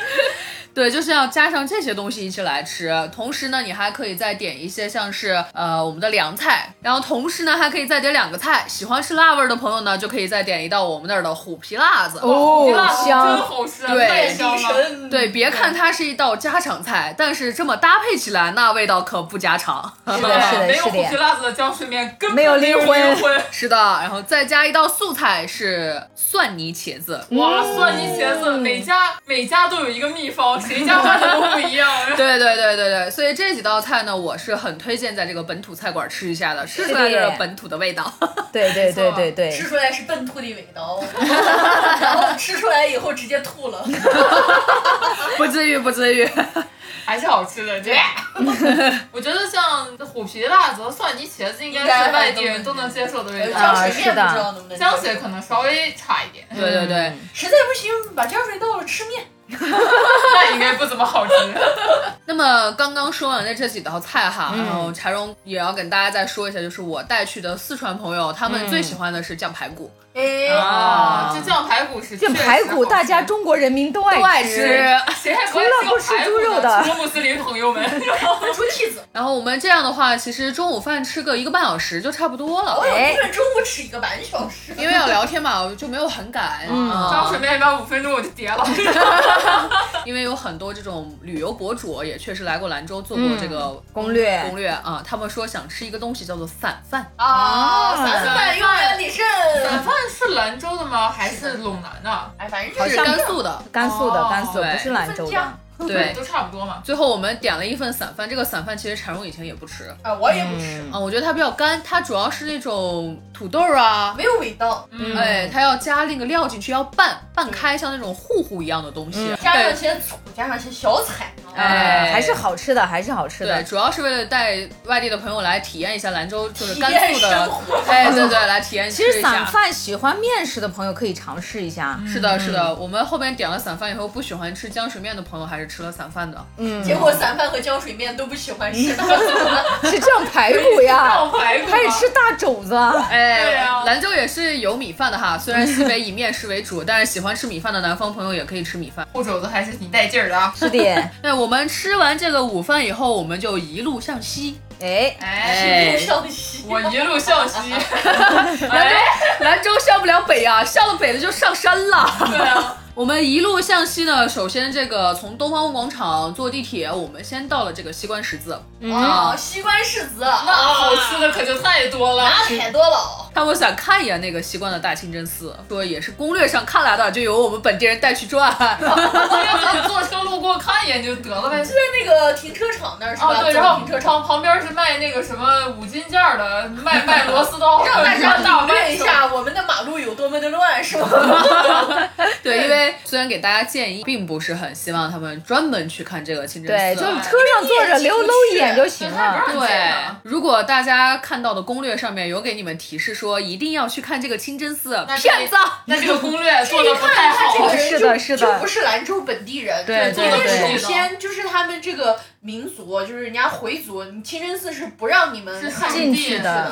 [SPEAKER 3] 对，就是要加上这些东西一起来吃。同时呢，你还可以再点一些像是呃我们的凉菜，然后同时呢还可以再点两个菜。喜欢吃辣味儿的朋友呢，就可以再点一道我们那儿的虎皮辣子。
[SPEAKER 2] 哦
[SPEAKER 5] 辣子真
[SPEAKER 2] 香，
[SPEAKER 5] 好吃，
[SPEAKER 3] 对
[SPEAKER 5] 太香了。
[SPEAKER 4] 神。
[SPEAKER 3] 对，别看它是一道家常菜，但是这么搭配起来，那味道可不家常。
[SPEAKER 2] 是的，是的，
[SPEAKER 5] 啊没有
[SPEAKER 2] 是
[SPEAKER 5] 虎皮
[SPEAKER 2] 的，
[SPEAKER 5] 辣子的浆水面根本
[SPEAKER 2] 没有
[SPEAKER 5] 灵
[SPEAKER 2] 灵魂
[SPEAKER 3] (laughs) 是的，然后再加一道素菜是蒜泥茄子。
[SPEAKER 2] 嗯
[SPEAKER 5] 哇，蒜泥茄子，每家每家都有一个秘方，谁家做的都不一样。 (laughs)
[SPEAKER 3] 对对对对对，所以这几道菜呢，我是很推荐在这个本土菜馆吃一下的，吃出来就是本土的味道。
[SPEAKER 2] 对对对对对，
[SPEAKER 4] 吃出来是笨兔的尾刀，然后吃出来以后直接吐了。
[SPEAKER 3] (laughs) 不至于，不至于。
[SPEAKER 5] 还是好吃
[SPEAKER 2] (laughs)
[SPEAKER 5] 的。对，我觉得像虎皮辣子和蒜泥茄子应该
[SPEAKER 4] 应该
[SPEAKER 5] 是外地人都能接受的味
[SPEAKER 4] 姜
[SPEAKER 5] 道，
[SPEAKER 4] 水面
[SPEAKER 2] 呃是的
[SPEAKER 4] 不知道能不能
[SPEAKER 5] 香水可能稍微差一点，
[SPEAKER 3] 对对对，
[SPEAKER 4] 实在不行把姜水倒了吃面。
[SPEAKER 5] 那应该不怎
[SPEAKER 2] (laughs)
[SPEAKER 5] 么好吃。
[SPEAKER 3] 那么刚刚说完的这几道菜哈，然后柴荣也要跟大家再说一下，就是我带去的四川朋友，他们最喜欢的是酱排骨，
[SPEAKER 4] 哎，
[SPEAKER 5] 啊，这酱排骨是
[SPEAKER 2] 这排骨大家中国人民都
[SPEAKER 3] 不爱
[SPEAKER 2] 爱
[SPEAKER 3] 吃。
[SPEAKER 5] 谁还关
[SPEAKER 2] 除了不吃
[SPEAKER 5] 排骨
[SPEAKER 2] 猪肉的
[SPEAKER 5] 呢除了穆斯林朋
[SPEAKER 2] (laughs)
[SPEAKER 5] 友们，
[SPEAKER 4] 猪蹄子，
[SPEAKER 3] (laughs) 然后我们这样的话，其实中午饭吃个一个半小时就差不多了
[SPEAKER 4] 我，有
[SPEAKER 2] 哎
[SPEAKER 4] 一顿中午吃一个半小时。
[SPEAKER 3] 因为要聊天嘛，我 (laughs) 就没有很赶。
[SPEAKER 5] 张
[SPEAKER 2] 啊
[SPEAKER 3] 嗯
[SPEAKER 5] 水面一般五分钟我就叠
[SPEAKER 2] (laughs)
[SPEAKER 5] 了。
[SPEAKER 3] 因为有很多这种旅游博主也确实来过兰州做过这个
[SPEAKER 2] 攻略
[SPEAKER 3] 嗯攻略啊，他们说想吃一个东西叫做散饭，
[SPEAKER 5] 啊散
[SPEAKER 4] 饭永远李胜，
[SPEAKER 5] 散饭是兰州的吗？还是陇南的？
[SPEAKER 4] 哎，反正
[SPEAKER 3] 是
[SPEAKER 4] 就是
[SPEAKER 3] 甘肃 (laughs) 的，
[SPEAKER 2] 甘肃的，
[SPEAKER 5] 哦
[SPEAKER 2] 甘肃
[SPEAKER 3] 对
[SPEAKER 2] 不是兰州
[SPEAKER 4] 分
[SPEAKER 2] 的
[SPEAKER 4] 家，
[SPEAKER 3] 对。
[SPEAKER 5] 都差不多嘛。
[SPEAKER 3] 最后我们点了一份散饭，这个散饭其实柴荣以前也不吃，
[SPEAKER 4] 啊，我也不吃，
[SPEAKER 3] 啊，我觉得它比较干，它主要是那种土豆啊，
[SPEAKER 4] 没有味道，
[SPEAKER 2] 嗯
[SPEAKER 3] 哎，它要加那个料进去，要拌拌开，像那种糊糊一样的东
[SPEAKER 2] 嗯
[SPEAKER 3] 西。
[SPEAKER 4] 加上
[SPEAKER 3] 对
[SPEAKER 4] 些醋，加上些小菜，
[SPEAKER 3] 哎，
[SPEAKER 2] 还是好吃的，还是好吃
[SPEAKER 3] 对，
[SPEAKER 2] 的。
[SPEAKER 3] 主要是为了带外地的朋友来体验一下兰州，就是
[SPEAKER 4] 体
[SPEAKER 3] 甘
[SPEAKER 4] 验
[SPEAKER 3] 肃
[SPEAKER 4] 生
[SPEAKER 3] 的，
[SPEAKER 4] 活。
[SPEAKER 3] 哎，对对，来体验
[SPEAKER 2] 其
[SPEAKER 3] 吃
[SPEAKER 2] 实
[SPEAKER 3] 一
[SPEAKER 2] 散
[SPEAKER 3] 下。
[SPEAKER 2] 饭嗯喜欢面食的朋友可以尝试一
[SPEAKER 3] (laughs)
[SPEAKER 2] 下，
[SPEAKER 3] 是的，是的，我们后边点了散饭以后，不喜欢吃浆水面的朋友还是吃了散饭的。
[SPEAKER 2] 嗯，
[SPEAKER 4] 结果散饭和浆水面都不喜欢吃，
[SPEAKER 2] 是酱排骨呀
[SPEAKER 5] (laughs) 酱，排骨吗
[SPEAKER 2] 还得吃大肘子啊，
[SPEAKER 3] 哎
[SPEAKER 5] 对，啊
[SPEAKER 3] 兰州也是有米饭的哈，虽然西北以面食为主，但是喜欢吃米饭的南方朋友也可以吃米饭。
[SPEAKER 5] 护肘子还是挺带劲儿的啊。
[SPEAKER 2] 是的，
[SPEAKER 3] 对，我们吃完这个午饭以后，我们就一路向西。
[SPEAKER 2] (laughs) 哎，
[SPEAKER 5] 哎，
[SPEAKER 3] 哎
[SPEAKER 4] 不，上西。
[SPEAKER 5] 我一路向西。哎，
[SPEAKER 3] 兰州上不了北啊，上了北的就上山了。
[SPEAKER 5] 对啊，
[SPEAKER 3] (laughs) 我们一路向西呢，首先这个从东方广场坐地铁，我们先到了这个西关十字。
[SPEAKER 4] 哦，
[SPEAKER 3] 啊，
[SPEAKER 4] 西关柿子，
[SPEAKER 5] 那
[SPEAKER 4] 那
[SPEAKER 5] 好吃的可就太多了。
[SPEAKER 4] 太多了。
[SPEAKER 3] 他们想看一眼那个西关的大清真寺，说也是攻略上看来的，就由我们本地人带去转。
[SPEAKER 5] 要自己坐车路过看一眼就得了呗。
[SPEAKER 4] 在那个停车场那嗯儿是吧？
[SPEAKER 5] 哦，对，
[SPEAKER 4] 走
[SPEAKER 5] 然后
[SPEAKER 4] 停车场。
[SPEAKER 5] 旁旁边是卖那个什么五金件儿的，卖卖螺丝刀，
[SPEAKER 4] 让大
[SPEAKER 5] 让大
[SPEAKER 4] 家
[SPEAKER 5] 家
[SPEAKER 4] 领略一
[SPEAKER 5] 手。
[SPEAKER 4] 下我们的马路有多么的乱，是吗？
[SPEAKER 3] (laughs) 对，因为虽然给大家建议，并不是很希望他们专门去看这个清真寺。啊
[SPEAKER 2] 对，就车上坐着溜搂一眼就行了。
[SPEAKER 3] 对，如果大家看到的攻略上面有给你们提示说一定要去看这个清真寺，
[SPEAKER 5] 那这
[SPEAKER 3] 骗子！
[SPEAKER 5] 那这个攻略做的不太
[SPEAKER 4] 这个
[SPEAKER 5] 好。哦
[SPEAKER 4] 人
[SPEAKER 2] 是
[SPEAKER 4] 就
[SPEAKER 2] 的是的
[SPEAKER 4] 就不是兰州本地人，
[SPEAKER 3] 对
[SPEAKER 4] 因
[SPEAKER 3] 对对
[SPEAKER 4] 为首
[SPEAKER 2] 嗯
[SPEAKER 4] 先就是他们这个民族，就是人家回族，你清真寺是不让你们
[SPEAKER 5] 是
[SPEAKER 4] 看
[SPEAKER 5] 上
[SPEAKER 2] 进
[SPEAKER 5] 帝
[SPEAKER 2] 去的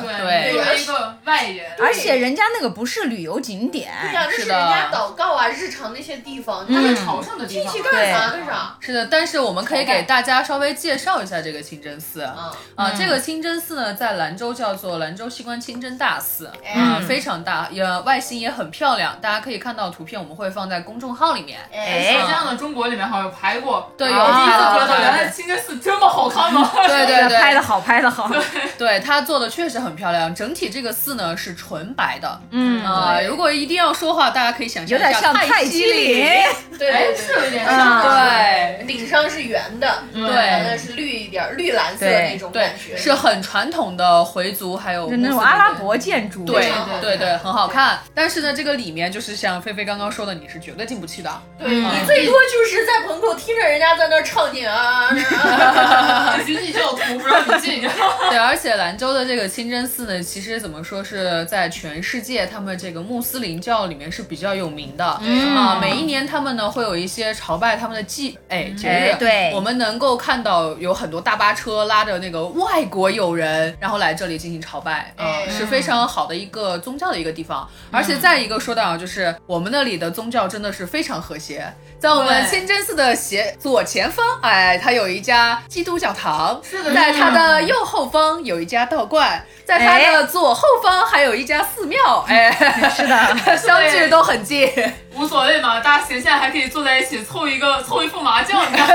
[SPEAKER 3] 对
[SPEAKER 5] 对，作为一个外人，
[SPEAKER 2] 而且人家那个不是旅游景点，
[SPEAKER 4] 对呀，那
[SPEAKER 3] 是
[SPEAKER 4] 是
[SPEAKER 3] 的
[SPEAKER 4] 人家祷告啊，日常那些地方，他
[SPEAKER 5] 他
[SPEAKER 4] 们
[SPEAKER 5] 们
[SPEAKER 2] 嗯
[SPEAKER 5] 朝圣的地
[SPEAKER 4] 进
[SPEAKER 5] 方
[SPEAKER 4] 去，啊干啥干啥。
[SPEAKER 3] 是的，但是我们可以给大家稍微介绍一下这个清真寺啊。
[SPEAKER 4] 嗯，
[SPEAKER 3] 这个清真寺呢，在兰州叫做兰州西关清真大寺，
[SPEAKER 4] 哎
[SPEAKER 3] 啊，非常大，也外形也很漂亮。大家可以看到图片，我们会放在公众号里面。
[SPEAKER 4] 哎，
[SPEAKER 5] 像
[SPEAKER 2] 哎
[SPEAKER 5] 这，样的中国里面好像有排过，啊
[SPEAKER 3] 对，有
[SPEAKER 5] 我第一
[SPEAKER 3] 看
[SPEAKER 5] 次
[SPEAKER 3] 到
[SPEAKER 5] 觉
[SPEAKER 3] 它
[SPEAKER 5] 得原来清真寺这么好看吗？
[SPEAKER 3] 对对对，
[SPEAKER 2] 拍的好，拍的好，
[SPEAKER 3] 对它做的确实很漂亮，整体这个寺呢是纯白的。
[SPEAKER 2] 嗯，
[SPEAKER 3] 啊、如果一定要说话，大家可以想
[SPEAKER 2] 有
[SPEAKER 3] 象一下
[SPEAKER 2] 点像
[SPEAKER 3] 蔡
[SPEAKER 2] 蔡
[SPEAKER 3] 依
[SPEAKER 2] 依
[SPEAKER 3] (laughs)
[SPEAKER 2] 林，
[SPEAKER 4] 对对
[SPEAKER 5] 哎，
[SPEAKER 4] 对
[SPEAKER 5] 是有一点
[SPEAKER 2] 嗯
[SPEAKER 5] 像。 (laughs)
[SPEAKER 3] 对
[SPEAKER 4] 顶上是圆的，
[SPEAKER 5] 对
[SPEAKER 4] 完了是绿一点儿，绿蓝色
[SPEAKER 2] 对
[SPEAKER 4] 那种
[SPEAKER 3] 对
[SPEAKER 4] 感，觉，
[SPEAKER 3] 是很传统的回族，还有
[SPEAKER 2] 就那
[SPEAKER 3] 穆
[SPEAKER 2] 种
[SPEAKER 3] 斯
[SPEAKER 2] 阿拉
[SPEAKER 3] 林
[SPEAKER 2] 伯建筑，
[SPEAKER 3] 对
[SPEAKER 4] 常好
[SPEAKER 3] 对
[SPEAKER 4] 看
[SPEAKER 3] 对，很好看。但是呢，这个里面就是像菲菲刚刚说的，你是绝对进不去的。
[SPEAKER 4] 对
[SPEAKER 3] 嗯
[SPEAKER 4] 你最多就是在门口听着人家在那儿唱你啊，
[SPEAKER 5] 寻迹教徒不让你
[SPEAKER 3] (laughs)
[SPEAKER 5] 进。
[SPEAKER 3] 对，而且兰州的这个清真寺呢，其实怎么说是在全世界他们这个穆斯林教里面是比较有名的。
[SPEAKER 2] 嗯
[SPEAKER 3] 啊，每一年他们呢会有一些朝拜他们的祭哎节
[SPEAKER 2] 哎
[SPEAKER 3] 日，
[SPEAKER 2] 对
[SPEAKER 3] 我们能够看到有很多大巴车拉着那个外国友人，然后来这里进行朝拜，啊、
[SPEAKER 2] 嗯
[SPEAKER 4] 哎
[SPEAKER 3] 是非常好的一个宗教的一个地方。而且再一个说到啊就是我们那里的宗教真的是非常和谐，在我们
[SPEAKER 5] 对
[SPEAKER 3] 清真寺的斜左前方，哎，它有一家基督教堂，
[SPEAKER 5] 是的，哎
[SPEAKER 3] 在它的右后方有一家道观，在它的左后方还有一家寺庙，
[SPEAKER 5] (laughs)
[SPEAKER 3] 哎，
[SPEAKER 2] 是的，
[SPEAKER 3] (laughs) 相距都很近，
[SPEAKER 5] 无所谓嘛，大家闲下还可以坐在一起凑一个凑一副麻将，你知道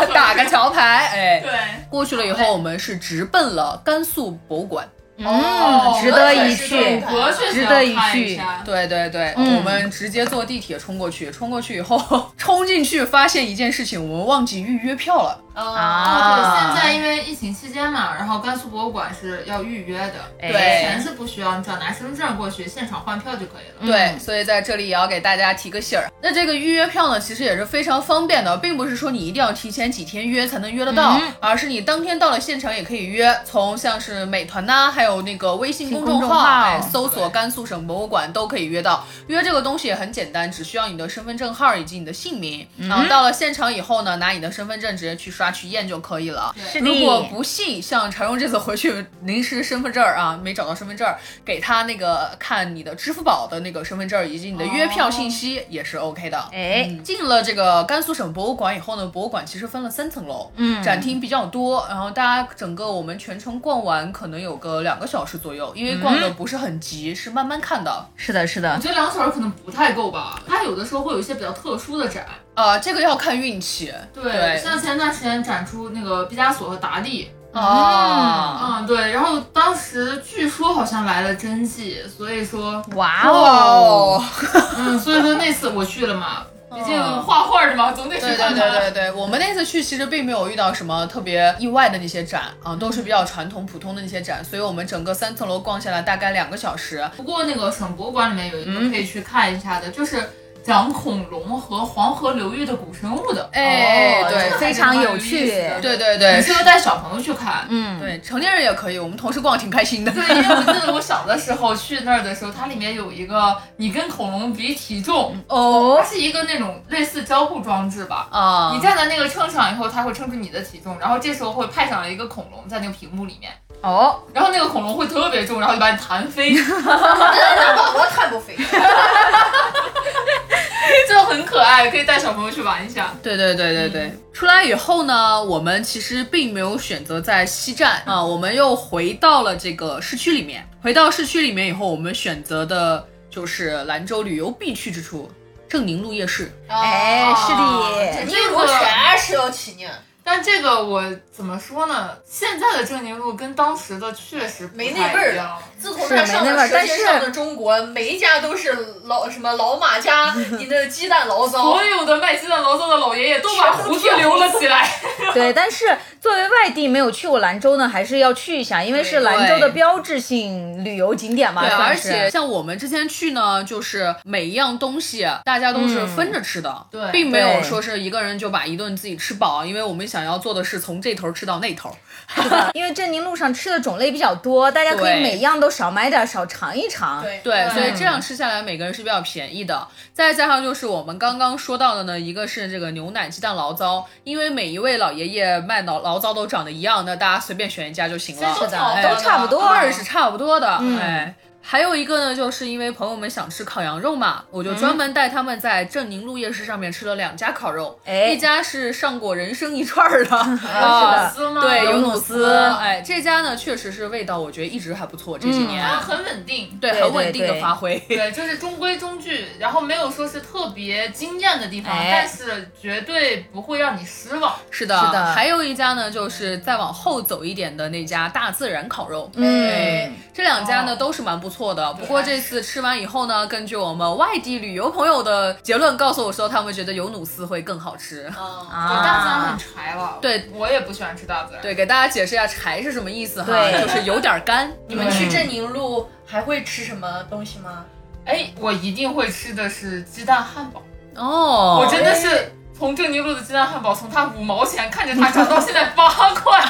[SPEAKER 5] 吗
[SPEAKER 3] (laughs) 打个。桥牌，哎。
[SPEAKER 5] 对，
[SPEAKER 3] 过去了以后，我们是直奔了甘肃博物馆。
[SPEAKER 5] 哦
[SPEAKER 2] 嗯，值得一去，
[SPEAKER 5] 我确实
[SPEAKER 2] 值
[SPEAKER 5] 要
[SPEAKER 2] 得一
[SPEAKER 5] 看
[SPEAKER 2] 去
[SPEAKER 5] 一下。
[SPEAKER 3] 对对对，
[SPEAKER 2] 嗯
[SPEAKER 3] 我们直接坐地铁冲过去，冲过去以后 (laughs) 冲进去，发现一件事情，我们忘记预约票了。
[SPEAKER 5] 哦，
[SPEAKER 2] 啊
[SPEAKER 5] 对，现在因为疫情期间嘛，然后甘肃博物馆是要预约的，
[SPEAKER 2] 哎
[SPEAKER 5] 以前是不需要，你只要拿身份证过去，现场换票就可以了。
[SPEAKER 3] 对，所以在这里也要给大家提个醒儿。那这个预约票呢，其实也是非常方便的，并不是说你一定要提前几天约才能约得到，而是你当天到了现场也可以约。从像是美团呐、还有那个微信公众
[SPEAKER 2] 公
[SPEAKER 3] 号，
[SPEAKER 2] 众号
[SPEAKER 3] 哎，搜索甘肃省博物馆都可以约到。约这个东西也很简单，只需要你的身份证号以及你的姓名。然后到了现场以后呢，拿你的身份证直接去刷去验就可以了。
[SPEAKER 2] 是
[SPEAKER 3] 如果
[SPEAKER 2] 的，
[SPEAKER 3] 不信，像陈荣这次回去临时身份证儿啊，没找到身份证儿，给他那个看你的支付宝的那个身份证儿以及你的约票信息也是 OK 的。
[SPEAKER 2] 哦
[SPEAKER 3] 嗯
[SPEAKER 2] 哎，
[SPEAKER 3] 进了这个甘肃省博物馆以后呢，博物馆其实分了三层楼，
[SPEAKER 2] 嗯
[SPEAKER 3] 展厅比较多，然后大家整个我们全程逛完可能有个两个小时左右，因为
[SPEAKER 2] 嗯
[SPEAKER 3] 逛的不是很急，是慢慢看的。
[SPEAKER 2] 是的，是的
[SPEAKER 5] 我，觉得两个小时可能不太够吧，它有的时候会有一些比较特殊的展，
[SPEAKER 3] 呃，这个要看运气。对
[SPEAKER 5] 像前段时间展出那个毕加索和达利，
[SPEAKER 3] 啊，
[SPEAKER 5] 嗯，对，然后当时据说好像来了真迹，所以说，
[SPEAKER 3] (laughs)
[SPEAKER 2] 哇
[SPEAKER 3] 哇
[SPEAKER 2] 哦，
[SPEAKER 3] 哦！
[SPEAKER 5] 嗯，所以说那次我去了嘛，毕竟
[SPEAKER 3] 嗯
[SPEAKER 5] 画画的嘛，总得去
[SPEAKER 3] 对对
[SPEAKER 5] 看
[SPEAKER 3] 对
[SPEAKER 5] 看。
[SPEAKER 3] 对对，我们那次去其实并没有遇到什么特别意外的那些展啊，都是比较传统普通的那些展，所以我们整个三层楼逛下来大概两个小时。
[SPEAKER 5] 不过那个省博物馆里面有一
[SPEAKER 3] 嗯
[SPEAKER 5] 个可以去看一下的，就是讲恐龙和黄河流域的古生物的。
[SPEAKER 3] 哎，
[SPEAKER 2] 哦
[SPEAKER 3] 对
[SPEAKER 2] 这个非常有趣
[SPEAKER 3] 对对对
[SPEAKER 5] 你适合带小朋友去看。
[SPEAKER 2] 嗯，
[SPEAKER 3] 对，成年人也可以，我们同事逛挺开心的。
[SPEAKER 5] 对，因为我记得我小的时候去那儿的时候，它里面有一个你跟恐龙比体重，
[SPEAKER 2] 嗯
[SPEAKER 5] 它
[SPEAKER 3] 哦
[SPEAKER 5] 是一个那种类似交互装置吧。
[SPEAKER 3] 啊，
[SPEAKER 5] 你站在那个秤上以后，它会称出你的体重，然后这时候会派上了一个恐龙在那个屏幕里面，
[SPEAKER 2] 哦，
[SPEAKER 5] 然后那个恐龙会特别重，然后就把你弹飞，
[SPEAKER 4] 那宝宝看不飞。
[SPEAKER 2] (laughs)
[SPEAKER 5] 就很可爱，可以带小朋友去玩一下。
[SPEAKER 3] 对对对对对。出来以后呢，我们其实并没有选择在西站啊，我们又回到了这个市区里面。回到市区里面以后，我们选择的就是兰州旅游必去之处——正宁路夜市。
[SPEAKER 2] 哎，是
[SPEAKER 5] 这
[SPEAKER 2] 的，
[SPEAKER 4] 你
[SPEAKER 5] 这
[SPEAKER 4] 我
[SPEAKER 5] 个，
[SPEAKER 4] 啥时候起呢？
[SPEAKER 5] 但这个我怎么说呢？现在的正宁路跟当时的确实不
[SPEAKER 4] 没那
[SPEAKER 5] 太
[SPEAKER 4] 味儿
[SPEAKER 5] 一样。
[SPEAKER 4] 自从他上
[SPEAKER 2] 是没那味
[SPEAKER 4] 了《
[SPEAKER 2] 儿
[SPEAKER 4] 舌
[SPEAKER 2] 但
[SPEAKER 4] 尖
[SPEAKER 2] 是
[SPEAKER 4] 上的中国》，每一家都是老 (laughs) 什么老马
[SPEAKER 2] (laughs)
[SPEAKER 4] 家，你的鸡蛋醪糟
[SPEAKER 5] 所。有的卖鸡蛋醪糟的老爷爷都把胡子留了起来。
[SPEAKER 2] (laughs) 对，但是作为外地没有去过兰州呢，还是要去一下，因为是兰州的标志性旅游景点嘛。
[SPEAKER 3] 对，而
[SPEAKER 2] 算是
[SPEAKER 3] 且像我们之前去呢，就是每一样东西大家都是分着吃的，
[SPEAKER 4] 对
[SPEAKER 3] 并没有
[SPEAKER 2] 嗯对
[SPEAKER 3] 说是一个人就把一顿自己吃饱，因为我们想要做的是从这头吃到那头。
[SPEAKER 2] 是的因为镇宁路上吃的种类比较多，大家可
[SPEAKER 3] 对
[SPEAKER 2] 以每样都少买点，少尝一尝。
[SPEAKER 4] 对
[SPEAKER 3] 对，所以这样吃下来，每个人是比较便宜的。再加上就是我们刚刚说到的呢，一个是这个牛奶鸡蛋醪糟，因为每一位老爷爷卖醪醪糟都长得一样，那大家随便选一家就行了。
[SPEAKER 2] 是的哎嗯
[SPEAKER 4] 好，
[SPEAKER 2] 都差不多。
[SPEAKER 3] 味儿是差不多的，哎。还有一个呢，就是因为朋友们想吃烤羊肉嘛，我就专门带他们在镇宁路夜市上面吃了两家烤肉，
[SPEAKER 2] 哎
[SPEAKER 3] 一家是上过人生一串
[SPEAKER 2] (laughs)
[SPEAKER 3] 儿的，
[SPEAKER 2] 啊
[SPEAKER 5] (laughs)
[SPEAKER 3] 啊，
[SPEAKER 5] 丝吗？
[SPEAKER 3] 对，
[SPEAKER 2] 嗯
[SPEAKER 3] 有
[SPEAKER 2] 有
[SPEAKER 3] 努
[SPEAKER 2] 努
[SPEAKER 3] 斯，
[SPEAKER 2] 斯
[SPEAKER 3] 哎，这家呢确实是味道，我觉得一直还不错，这些
[SPEAKER 2] 嗯
[SPEAKER 3] 年，
[SPEAKER 5] 它啊很稳定。
[SPEAKER 3] 对，
[SPEAKER 2] 对
[SPEAKER 3] 很稳定的
[SPEAKER 2] 对
[SPEAKER 3] 发挥， (laughs)
[SPEAKER 5] 对，就是中规中矩，然后没有说是特别惊艳的地方，
[SPEAKER 2] 哎
[SPEAKER 5] 但是绝对不会让你失望。
[SPEAKER 3] 是的，
[SPEAKER 2] 是的
[SPEAKER 3] 还有一家呢，就是再往后走一点的那家大自然烤肉。对
[SPEAKER 2] 嗯，，
[SPEAKER 3] 这两家呢、都是蛮不错的。不过这次吃完以后呢，根据我们外地旅游朋友的结论告诉我说，他们觉得有努斯会更好吃。
[SPEAKER 5] 对大自然
[SPEAKER 2] 啊
[SPEAKER 5] 很，柴了，
[SPEAKER 3] 对
[SPEAKER 5] 我也不喜欢吃大自然。
[SPEAKER 3] 对，给大家解释一下柴是什么意思哈，
[SPEAKER 2] 对
[SPEAKER 3] 就是有点干。
[SPEAKER 4] 你们去镇宁路还会吃什么东西吗？
[SPEAKER 5] 哎，我一定会吃的是鸡蛋汉堡，
[SPEAKER 3] 哦，
[SPEAKER 5] 我真的是。从正宁路的鸡蛋汉堡，从它五毛钱看着它涨到现在八块，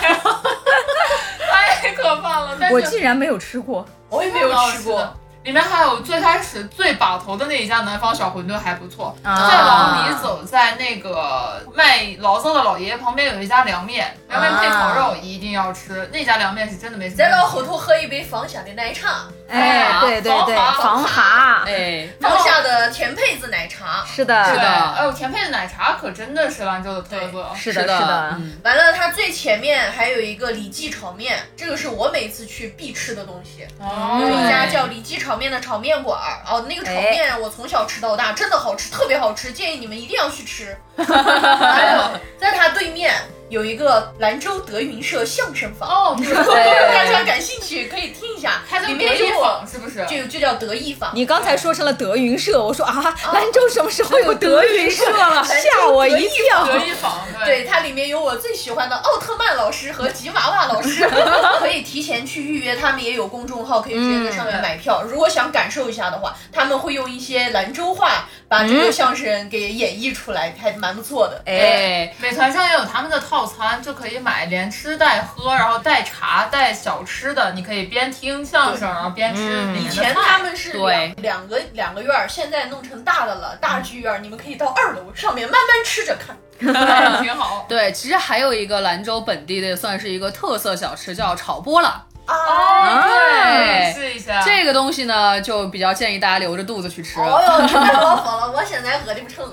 [SPEAKER 5] 太可怕了！但是
[SPEAKER 2] 我竟然没有吃过。
[SPEAKER 4] 我也没有
[SPEAKER 5] 蛮好
[SPEAKER 4] 吃
[SPEAKER 5] 的
[SPEAKER 4] 过。。
[SPEAKER 5] 里面还有最开始最把头的那一家南方小馄饨还不错，
[SPEAKER 2] 啊
[SPEAKER 5] 再往里走，在那个卖醪糟的老爷爷旁边有一家凉面，凉面配烤肉一定要吃，那家凉面是真的没什么
[SPEAKER 4] 再
[SPEAKER 5] 问题。
[SPEAKER 4] 到后头喝一杯防霞的奶茶，
[SPEAKER 2] 哎，对对对，
[SPEAKER 5] 防
[SPEAKER 2] 防蛤， (laughs)
[SPEAKER 3] 哎，
[SPEAKER 4] 防霞的甜配子奶茶。
[SPEAKER 2] 是的，
[SPEAKER 5] 对，
[SPEAKER 3] 的
[SPEAKER 5] 哎呦，甜配的奶茶可真的是兰州的特色。
[SPEAKER 2] 是
[SPEAKER 3] 是
[SPEAKER 2] 的，是的，
[SPEAKER 3] 嗯
[SPEAKER 4] 完了，它最前面还有一个李记炒面，这个是我每次去必吃的东西。
[SPEAKER 5] 哦
[SPEAKER 4] 有
[SPEAKER 2] 对
[SPEAKER 4] 一家叫李记炒面的炒面馆儿，哦，那个炒
[SPEAKER 5] 哎
[SPEAKER 4] 面我从小吃到大，真的好吃，特别好吃，建议你们一定要去吃。还有，在它对面有一个兰州德云社相声坊，
[SPEAKER 5] 哦，对，
[SPEAKER 4] 大家感兴趣可以听一下
[SPEAKER 5] 它，
[SPEAKER 4] 里
[SPEAKER 5] 叫德
[SPEAKER 4] 面有
[SPEAKER 5] 意
[SPEAKER 4] 我
[SPEAKER 5] 坊是不是？
[SPEAKER 4] 就就叫德艺坊。
[SPEAKER 2] (laughs) 你刚才说成了德云社，我说啊，兰州什么时候有德云 (laughs) 社了？吓我一跳。
[SPEAKER 5] 德意坊，对
[SPEAKER 4] 对，它里面有我最喜欢的奥特曼老师和吉娃娃
[SPEAKER 3] (laughs)
[SPEAKER 4] 老师，可以提前去预约，他们也有公众号，可以直接在上面买
[SPEAKER 3] 嗯
[SPEAKER 4] 票。如果想感受一下的话，他们会用一些兰州话把这个相声给演绎出来，还蛮不错的。
[SPEAKER 3] 哎，
[SPEAKER 5] 美团上也有他们的套餐，就可以买连吃带喝，然后带茶带小吃的，你可以边听相声，然后边吃里
[SPEAKER 4] 以
[SPEAKER 5] 面的
[SPEAKER 4] 前
[SPEAKER 5] 菜。
[SPEAKER 4] 他们是
[SPEAKER 3] 对
[SPEAKER 4] 两两个两个院儿，现在弄成大的了，大剧院儿，你们可以到二楼上面慢慢吃着
[SPEAKER 3] (laughs)
[SPEAKER 4] 看。
[SPEAKER 5] 哎挺好。
[SPEAKER 3] 对，其实还有一个兰州本地的算是一个特色小吃，叫炒波浪。
[SPEAKER 4] 啊，
[SPEAKER 5] 对，嗯试一下。
[SPEAKER 3] 这个东西呢，就比较建议大家留着肚子去吃。
[SPEAKER 4] 哦哟，太老火了，我现在饿的不成，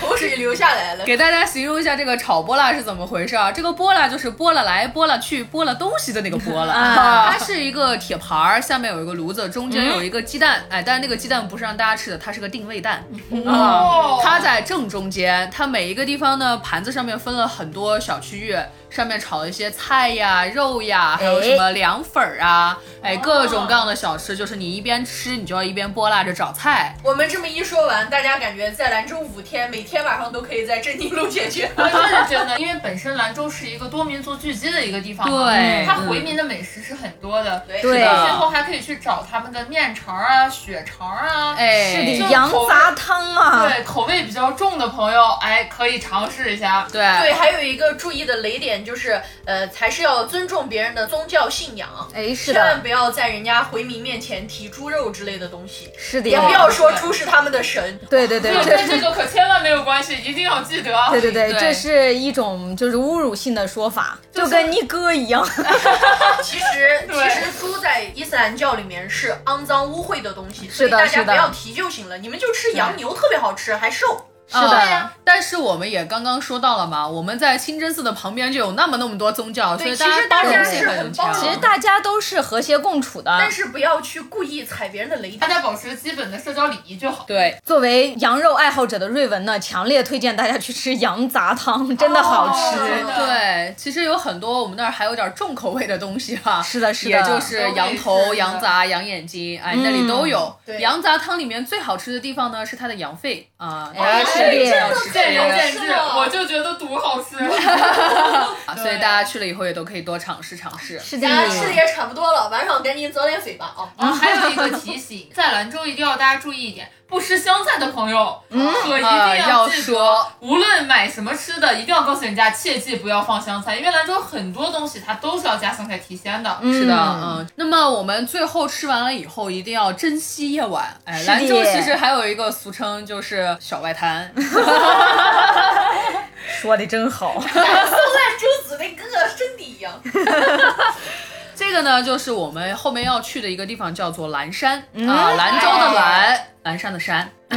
[SPEAKER 4] 口水流下来了。
[SPEAKER 3] 给大家形容一下这个炒波拉是怎么回事啊？这个波拉就是波拉来、波拉去、波拉东西的那个波拉，
[SPEAKER 2] 啊
[SPEAKER 3] 它是一个铁盘儿，下面有一个炉子，中间有一个鸡蛋，哎，但是那个鸡蛋不是让大家吃的，它是个定位蛋。
[SPEAKER 5] 哦，
[SPEAKER 3] 它在正中间，它每一个地方呢，盘子上面分了很多小区域，上面炒了一些菜呀、肉呀，还有什么凉粉儿啊，哎，各种各样的小吃，就是你一边吃，你就要一边拨拉着找菜。
[SPEAKER 4] 我们这么一说完，大家感觉在兰州五天，每天晚上都可以在镇定路解决。
[SPEAKER 5] (laughs) 这是真的，因为本身兰州是一个多民族聚集的一个地方嘛，
[SPEAKER 3] 对
[SPEAKER 5] 它回民的美食是很多的，
[SPEAKER 4] 对
[SPEAKER 2] 对
[SPEAKER 5] 到最后还可以去找他们的面肠啊、血肠啊，
[SPEAKER 3] 哎，
[SPEAKER 2] 是的
[SPEAKER 5] 就，
[SPEAKER 2] 羊杂汤啊，
[SPEAKER 5] 对，口味比较重的朋友，哎，可以尝试一下。
[SPEAKER 3] 对
[SPEAKER 4] 对，还有一个注意的雷点就是，呃，还是要尊重别人的宗教信仰，
[SPEAKER 2] 哎，是
[SPEAKER 4] 千万
[SPEAKER 2] 的，
[SPEAKER 4] 不要在人家回民面前提猪肉之类的东西，
[SPEAKER 2] 是的
[SPEAKER 4] 也
[SPEAKER 2] 呀，
[SPEAKER 4] 不要说猪是他们的神。
[SPEAKER 2] 对对对，
[SPEAKER 5] 对，
[SPEAKER 2] 这
[SPEAKER 5] 跟这个可千万没有关系，一定要记得啊。
[SPEAKER 2] 对对对，
[SPEAKER 3] 对
[SPEAKER 2] 这是一种就是侮辱性的说法，就跟你哥一样。
[SPEAKER 4] (laughs) 其实，
[SPEAKER 5] 对
[SPEAKER 4] 其实猪在伊斯兰教里面是肮脏污秽的东西，所以
[SPEAKER 2] 的
[SPEAKER 4] 大
[SPEAKER 2] 是
[SPEAKER 4] 家
[SPEAKER 2] 的
[SPEAKER 4] 不要提就行了。你们就吃羊牛，特别好吃，还瘦。
[SPEAKER 3] 是
[SPEAKER 2] 的
[SPEAKER 3] 呀。但是我们也刚刚说到了嘛，我们在清真寺的旁边就有那么那么多宗教，所
[SPEAKER 4] 对
[SPEAKER 3] 以大
[SPEAKER 4] 其
[SPEAKER 3] 家
[SPEAKER 4] 实大
[SPEAKER 3] 包容
[SPEAKER 2] 家
[SPEAKER 3] 性
[SPEAKER 4] 是
[SPEAKER 3] 很
[SPEAKER 4] 很
[SPEAKER 3] 强。
[SPEAKER 4] 包
[SPEAKER 2] (laughs) (laughs)
[SPEAKER 4] 容
[SPEAKER 2] 其实大家都是和谐共处的。
[SPEAKER 4] 但是不要去故意踩别人的雷点
[SPEAKER 5] 大。家保持基本的社交礼仪就好。
[SPEAKER 3] 对，
[SPEAKER 2] 作为羊肉爱好者的瑞文呢，强烈推荐大家去吃羊杂汤，真的好吃。
[SPEAKER 5] 哦真的
[SPEAKER 3] 对，其实有很多我们那儿还有点重口味的东西哈、
[SPEAKER 2] 是的，是的，
[SPEAKER 3] 也就是羊头、
[SPEAKER 5] 是的
[SPEAKER 3] 羊杂、羊眼睛，哎，那里都有。
[SPEAKER 4] 对
[SPEAKER 3] 羊杂汤里面最好吃的地方呢是它的羊肺啊，大家
[SPEAKER 4] 哎
[SPEAKER 3] 吃
[SPEAKER 2] 吃遍。
[SPEAKER 5] 见仁见智
[SPEAKER 4] 是，吗
[SPEAKER 5] 我就觉得毒
[SPEAKER 2] (laughs)
[SPEAKER 5] 好吃。
[SPEAKER 3] 啊所以大家去了以后也都可以多尝试尝试。
[SPEAKER 2] 是的，
[SPEAKER 4] 大家吃的也哎差不多了，晚上赶紧早点睡吧啊！
[SPEAKER 5] 啊，还有一个提醒，在兰州一定要大家注意一点，不吃香菜的朋友可一
[SPEAKER 3] 啊
[SPEAKER 5] 定
[SPEAKER 3] 要
[SPEAKER 5] 记
[SPEAKER 3] 说
[SPEAKER 5] 得，无论买什么吃的，一定要告诉人家切记不要放香菜，因为兰州很多东西它都是要加香菜提鲜的。
[SPEAKER 3] 是的，
[SPEAKER 5] (laughs)
[SPEAKER 2] 嗯
[SPEAKER 3] 嗯，那么我们最后吃完了以后，一定要珍惜夜晚。哎，
[SPEAKER 2] 是的
[SPEAKER 3] 兰州其实还有一个俗称就是小
[SPEAKER 2] (laughs)
[SPEAKER 3] 外滩，
[SPEAKER 2] 说的真好。
[SPEAKER 4] 兰州子那个真的一样，
[SPEAKER 3] 这个呢就是我们后面要去的一个地方，叫做蓝山
[SPEAKER 2] 嗯
[SPEAKER 3] 啊，兰州的
[SPEAKER 2] 哎
[SPEAKER 3] 兰，蓝山
[SPEAKER 2] (laughs)
[SPEAKER 3] 的山。 (laughs)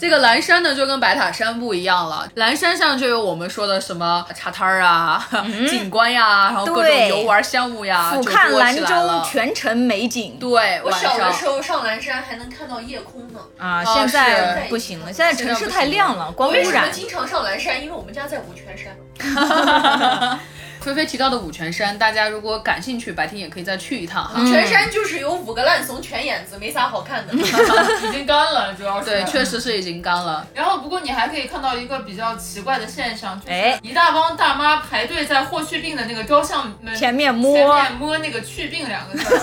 [SPEAKER 3] 这个蓝山呢，就跟白塔山不一样了。蓝山上就有我们说的什么茶摊儿啊、景观呀，然后各种
[SPEAKER 2] 嗯对
[SPEAKER 3] 游玩项目呀，
[SPEAKER 2] (laughs) 俯
[SPEAKER 3] 就
[SPEAKER 2] 瞰
[SPEAKER 3] 多
[SPEAKER 2] 兰
[SPEAKER 3] 起来
[SPEAKER 2] 州
[SPEAKER 3] 了
[SPEAKER 2] 全城美景。
[SPEAKER 3] 对，
[SPEAKER 4] 我
[SPEAKER 3] 晚
[SPEAKER 4] 小的
[SPEAKER 3] 上
[SPEAKER 4] 时候上南山还能看到夜空呢。
[SPEAKER 2] 啊，
[SPEAKER 3] 哦
[SPEAKER 2] 现在
[SPEAKER 4] 是
[SPEAKER 2] 不行了，现在城市太亮了，光
[SPEAKER 4] 我为
[SPEAKER 2] 污
[SPEAKER 4] 什么
[SPEAKER 2] 染。
[SPEAKER 4] 经常上南山？因为我们家在五泉山。
[SPEAKER 3] (laughs) 菲菲提到的五泉山，大家如果感兴趣，白天也可以再去一趟哈。
[SPEAKER 2] 嗯
[SPEAKER 4] 五泉山就是有五个烂怂全眼子，没啥好看的。 (laughs)
[SPEAKER 5] 已经干了，主要是。
[SPEAKER 3] 对，确实是已经干了。
[SPEAKER 5] 然后，不过你还可以看到一个比较奇怪的现象，就
[SPEAKER 2] 哎
[SPEAKER 5] 是一大帮大妈排队在霍去病的那个雕像门
[SPEAKER 2] 前面摸
[SPEAKER 5] 前面摸那个“去病”两个字， (laughs)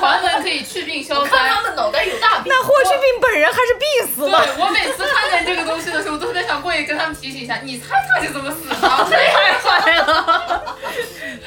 [SPEAKER 5] 传闻可以去病消
[SPEAKER 4] 看
[SPEAKER 5] 灾
[SPEAKER 4] 他。们脑袋有大病，
[SPEAKER 2] 那霍去病本人还是病死
[SPEAKER 5] 对
[SPEAKER 2] 了。
[SPEAKER 5] 我每次看见这个东西的时候，都特别想过去跟他们提醒一下，你猜他是怎么死的？太害怕了！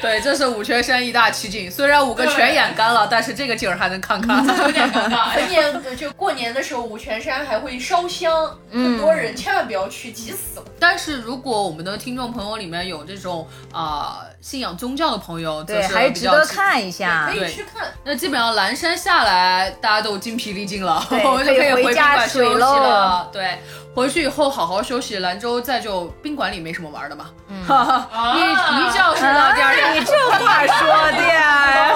[SPEAKER 3] 对，这是五泉山一大奇景，虽然五个全眼干了，但是这个景儿还能看看。
[SPEAKER 5] 有点尴尬。哎
[SPEAKER 4] 今年就过年的时候，五泉山还会烧香，很多人千万不要去，急死了。
[SPEAKER 3] (laughs) 但是如果我们的听众朋友里面有这种啊、呃信仰宗教的朋友，
[SPEAKER 2] 对，
[SPEAKER 3] 则是
[SPEAKER 2] 还是
[SPEAKER 3] 比
[SPEAKER 2] 值
[SPEAKER 3] 较
[SPEAKER 2] 得
[SPEAKER 3] 喜。
[SPEAKER 2] 看一下
[SPEAKER 4] 可。
[SPEAKER 3] 对
[SPEAKER 4] 以去看。
[SPEAKER 3] 那基本上蓝山下来，大家都筋疲力尽了，
[SPEAKER 2] 对
[SPEAKER 3] (laughs) 我们就可以
[SPEAKER 2] 可以
[SPEAKER 3] 回
[SPEAKER 2] 回
[SPEAKER 3] 宾
[SPEAKER 2] 家
[SPEAKER 3] 馆休息
[SPEAKER 2] 睡喽
[SPEAKER 3] 了。对，回去以后好好休息。兰州再就宾馆里没什么玩的嘛， (laughs) 哈哈，一一觉睡到第
[SPEAKER 2] (laughs)
[SPEAKER 3] 二天。
[SPEAKER 2] 哎你这话说的呀，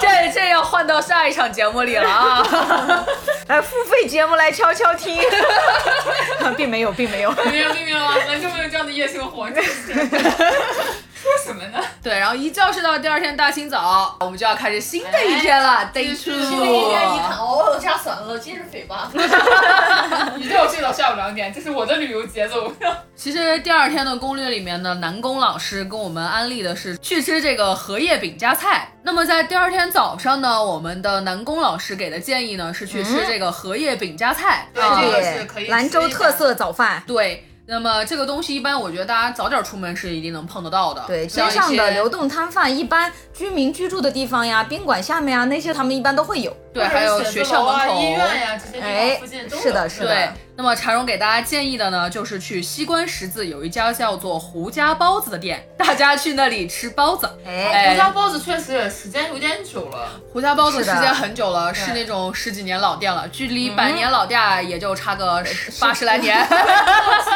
[SPEAKER 3] 这这要换到下一场节目里了啊！ (laughs)
[SPEAKER 2] 来哎付费节目来悄悄听， (laughs) 并没有，并没有。
[SPEAKER 5] 没有没有没有啊，兰州没有这样的夜生活，真是。说什么呢？
[SPEAKER 3] 对，然后一觉睡到第二天大清早，我们就要开始新的一天了，Day
[SPEAKER 4] 今天一天一
[SPEAKER 3] Two。
[SPEAKER 4] 看，哦，加散了，今日匪吧。
[SPEAKER 5] 一觉睡到下午两点，这是我的旅游节奏。
[SPEAKER 3] 其实第二天的攻略里面呢，南宫老师跟我们安利的是去吃这个荷叶饼夹菜。那么在第二天早上呢，我们的南宫老师给的建议呢是去吃这个荷叶饼夹菜。
[SPEAKER 5] 对
[SPEAKER 3] 啊
[SPEAKER 5] 这个是可以吃一下
[SPEAKER 2] 兰州特色早饭，
[SPEAKER 3] 对。那么这个东西一般，我觉得大家早点出门是一定能碰得到的。
[SPEAKER 2] 对，
[SPEAKER 3] 像
[SPEAKER 2] 街
[SPEAKER 3] 一
[SPEAKER 2] 上的
[SPEAKER 3] 些
[SPEAKER 2] 流动摊贩，一般居民居住的地方呀、宾馆下面啊那些，他们一般都会有。
[SPEAKER 3] 对，还有
[SPEAKER 5] 或者是
[SPEAKER 3] 学校门
[SPEAKER 5] 写字楼
[SPEAKER 3] 口、
[SPEAKER 5] 啊、医院呀、这些地
[SPEAKER 2] 哎
[SPEAKER 5] 方附近，都有。
[SPEAKER 2] 是的，是
[SPEAKER 3] 对
[SPEAKER 2] 的，，
[SPEAKER 3] 那么茶荣给大家建议的呢，就是去西关十字有一家叫做胡家包子的店，大家去那里吃包子。
[SPEAKER 2] 哎，
[SPEAKER 5] 我家包子确实也时间有点久了，
[SPEAKER 3] 胡家包子
[SPEAKER 2] 是
[SPEAKER 3] 时
[SPEAKER 2] 的
[SPEAKER 3] 间很久了，
[SPEAKER 5] 对
[SPEAKER 3] 是那种十几年老店了，距离百年老店也就差
[SPEAKER 2] 嗯
[SPEAKER 3] 个十八十
[SPEAKER 2] (laughs)
[SPEAKER 3] 来年。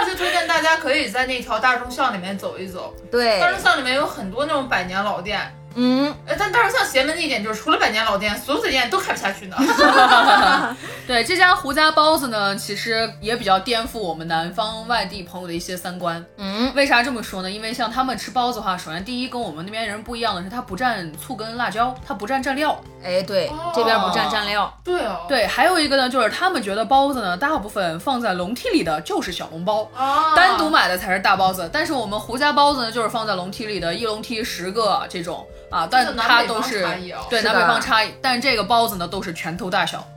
[SPEAKER 5] 其实推荐大家可以在那条大众巷里面走一走。
[SPEAKER 2] 对
[SPEAKER 5] 大，众巷里面有很多那种百年老店，
[SPEAKER 2] 嗯，
[SPEAKER 5] 呃，但大众巷邪门的一点就是，除了百年老店，所有的店都开不下去呢。
[SPEAKER 3] 对，这家胡家包子呢，其实也比较颠覆我们南方外地朋友的一些三观。
[SPEAKER 2] 嗯，
[SPEAKER 3] 为啥这么说呢？因为像他们吃包子的话，首先第一跟我们那边人不一样的是，它不蘸醋跟辣椒，它不蘸蘸料，
[SPEAKER 2] 哎，对，
[SPEAKER 5] 哦
[SPEAKER 2] 这边不蘸蘸料，
[SPEAKER 5] 对哦，
[SPEAKER 3] 对，还有一个呢，就是他们觉得包子呢，大部分放在笼屉里的就是小笼包，
[SPEAKER 5] 啊，
[SPEAKER 3] 单独买的才是大包子。但是我们胡家包子呢，就是放在笼屉里的，一笼屉十个这种啊，但
[SPEAKER 5] 南
[SPEAKER 3] 它
[SPEAKER 5] 北
[SPEAKER 3] 都
[SPEAKER 5] 方
[SPEAKER 3] 是
[SPEAKER 5] 差异哦
[SPEAKER 3] 对
[SPEAKER 2] 是
[SPEAKER 3] 南北
[SPEAKER 2] 的
[SPEAKER 3] 方差异，但这个包子呢都是拳头大小。 (laughs)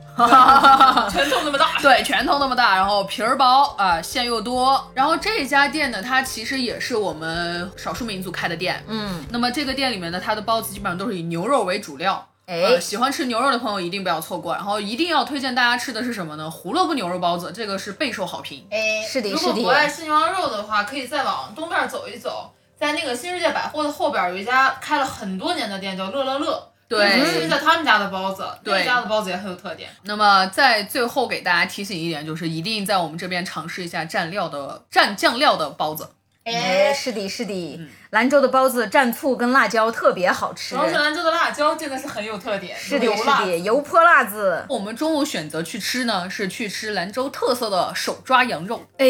[SPEAKER 5] 拳头那么大。
[SPEAKER 3] 对，拳头那么大，然后皮儿薄啊、馅又多。然后这家店呢，它其实也是我们少数民族开的店。
[SPEAKER 2] 嗯，
[SPEAKER 3] 那么这个店里面呢，它的包子基本上都是以牛肉为主料。
[SPEAKER 2] 哎
[SPEAKER 5] 哦
[SPEAKER 3] 呃，，喜欢吃牛肉的朋友一定不要错过，然后一定要推荐大家吃的是什么呢？胡萝卜牛肉包子，这个是备受好评。
[SPEAKER 5] 哎
[SPEAKER 2] 是的
[SPEAKER 5] 如
[SPEAKER 2] 是
[SPEAKER 5] 果
[SPEAKER 2] 的
[SPEAKER 5] 不爱吃牛羊肉的话，可以再往东边走一走，在那个新世界百货的后边有一家开了很多年的店，叫乐乐乐。
[SPEAKER 3] 对
[SPEAKER 5] 就是吃一下他们家的包子，
[SPEAKER 3] 对
[SPEAKER 5] 那家的包子也很有特点。
[SPEAKER 3] 那么在最后给大家提醒一点，就是一定在我们这边尝试一下蘸料的蘸酱料的包子。
[SPEAKER 5] 哎嗯
[SPEAKER 2] 哎，是的，是的。兰州的包子蘸醋跟辣椒特别好吃
[SPEAKER 5] 主，要是兰州的辣椒真的是很有特点，
[SPEAKER 2] 是的，
[SPEAKER 5] 油
[SPEAKER 2] 是 (laughs)
[SPEAKER 5] 辣
[SPEAKER 2] 的，油泼辣子，
[SPEAKER 3] 我们中午选择去吃呢，是去吃兰州特色的手抓羊肉，
[SPEAKER 2] 哎，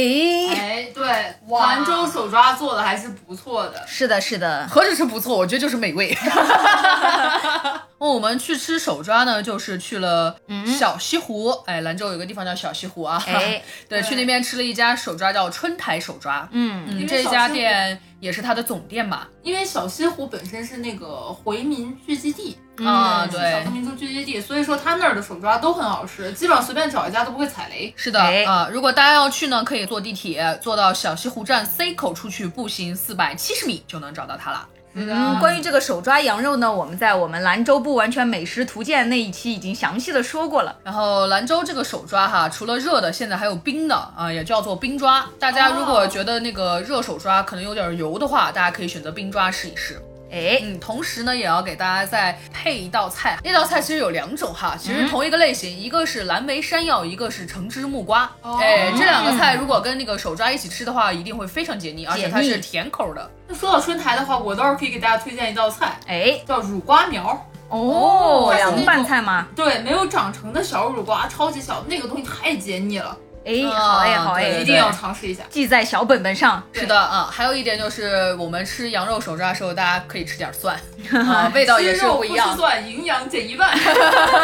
[SPEAKER 5] 哎，对，兰州手抓做的还是不错的。
[SPEAKER 2] 是的，是的，
[SPEAKER 3] 何止是不错，我觉得就是
[SPEAKER 2] (laughs)
[SPEAKER 3] 美味。哦我们去吃手抓呢，就是去了小西湖，哎，兰州有个地方叫小西湖啊，
[SPEAKER 2] 嗯哎，
[SPEAKER 3] (laughs) 对，去那边吃了一家手抓叫春台手抓，
[SPEAKER 2] 嗯，
[SPEAKER 3] 嗯，
[SPEAKER 5] 因为
[SPEAKER 3] 这
[SPEAKER 5] 小
[SPEAKER 3] 家
[SPEAKER 5] 西湖
[SPEAKER 3] 店也是它的总店嘛，
[SPEAKER 5] 因为小西湖本身是那个回民聚集地，
[SPEAKER 3] 啊、
[SPEAKER 2] 嗯
[SPEAKER 5] 少
[SPEAKER 3] 对
[SPEAKER 5] 数。民族聚集地，所以说他那儿的手抓都很好吃，基本上随便找一家都不会踩雷。
[SPEAKER 3] 是的啊、
[SPEAKER 2] 哎
[SPEAKER 3] 如果大家要去呢，可以坐地铁，坐到小西湖站 C 口出去，步行四百七十米就能找到它了。
[SPEAKER 2] 嗯，关于这个手抓羊肉呢，我们在我们兰州不完全美食图鉴那一期已经详细的说过了。
[SPEAKER 3] 然后兰州这个手抓哈，除了热的，现在还有冰的啊，也叫做冰抓。大家如
[SPEAKER 2] 哦
[SPEAKER 3] 果觉得那个热手抓可能有点油的话，大家可以选择冰抓试一试。
[SPEAKER 2] 哎，
[SPEAKER 3] 嗯，同时呢，也要给大家再配一道菜，那道菜其实有两种哈，其
[SPEAKER 2] 嗯
[SPEAKER 3] 实同一个类型，一个是蓝莓山药，一个是橙汁木瓜。
[SPEAKER 5] 哦
[SPEAKER 3] 哎，这两个菜如果跟那个手抓一起吃的话，一定会非常解腻，而且它
[SPEAKER 2] 嗯解腻
[SPEAKER 3] 是甜口的。
[SPEAKER 5] 那说到春台的话，我倒是可以给大家推荐一道菜，
[SPEAKER 2] 哎，
[SPEAKER 5] 叫乳瓜苗。
[SPEAKER 2] 哦，
[SPEAKER 5] 它是那
[SPEAKER 2] 凉
[SPEAKER 5] 种
[SPEAKER 2] 拌菜吗？
[SPEAKER 5] 对，没有长成的小乳瓜，超级小，那个东西太解腻了，
[SPEAKER 2] 哎，
[SPEAKER 3] 啊
[SPEAKER 2] 好哎，好
[SPEAKER 3] 对
[SPEAKER 5] 一
[SPEAKER 2] 哎，
[SPEAKER 5] 定要尝试一下。
[SPEAKER 2] 记在小本本上。
[SPEAKER 5] 对
[SPEAKER 3] 是的啊，还有一点就是我们吃羊肉手抓的时候，大家可以吃点蒜，啊，味道也
[SPEAKER 5] 吃
[SPEAKER 3] 是
[SPEAKER 5] 肉
[SPEAKER 3] 不一样
[SPEAKER 5] 吃。蒜，营养减一半。 (laughs)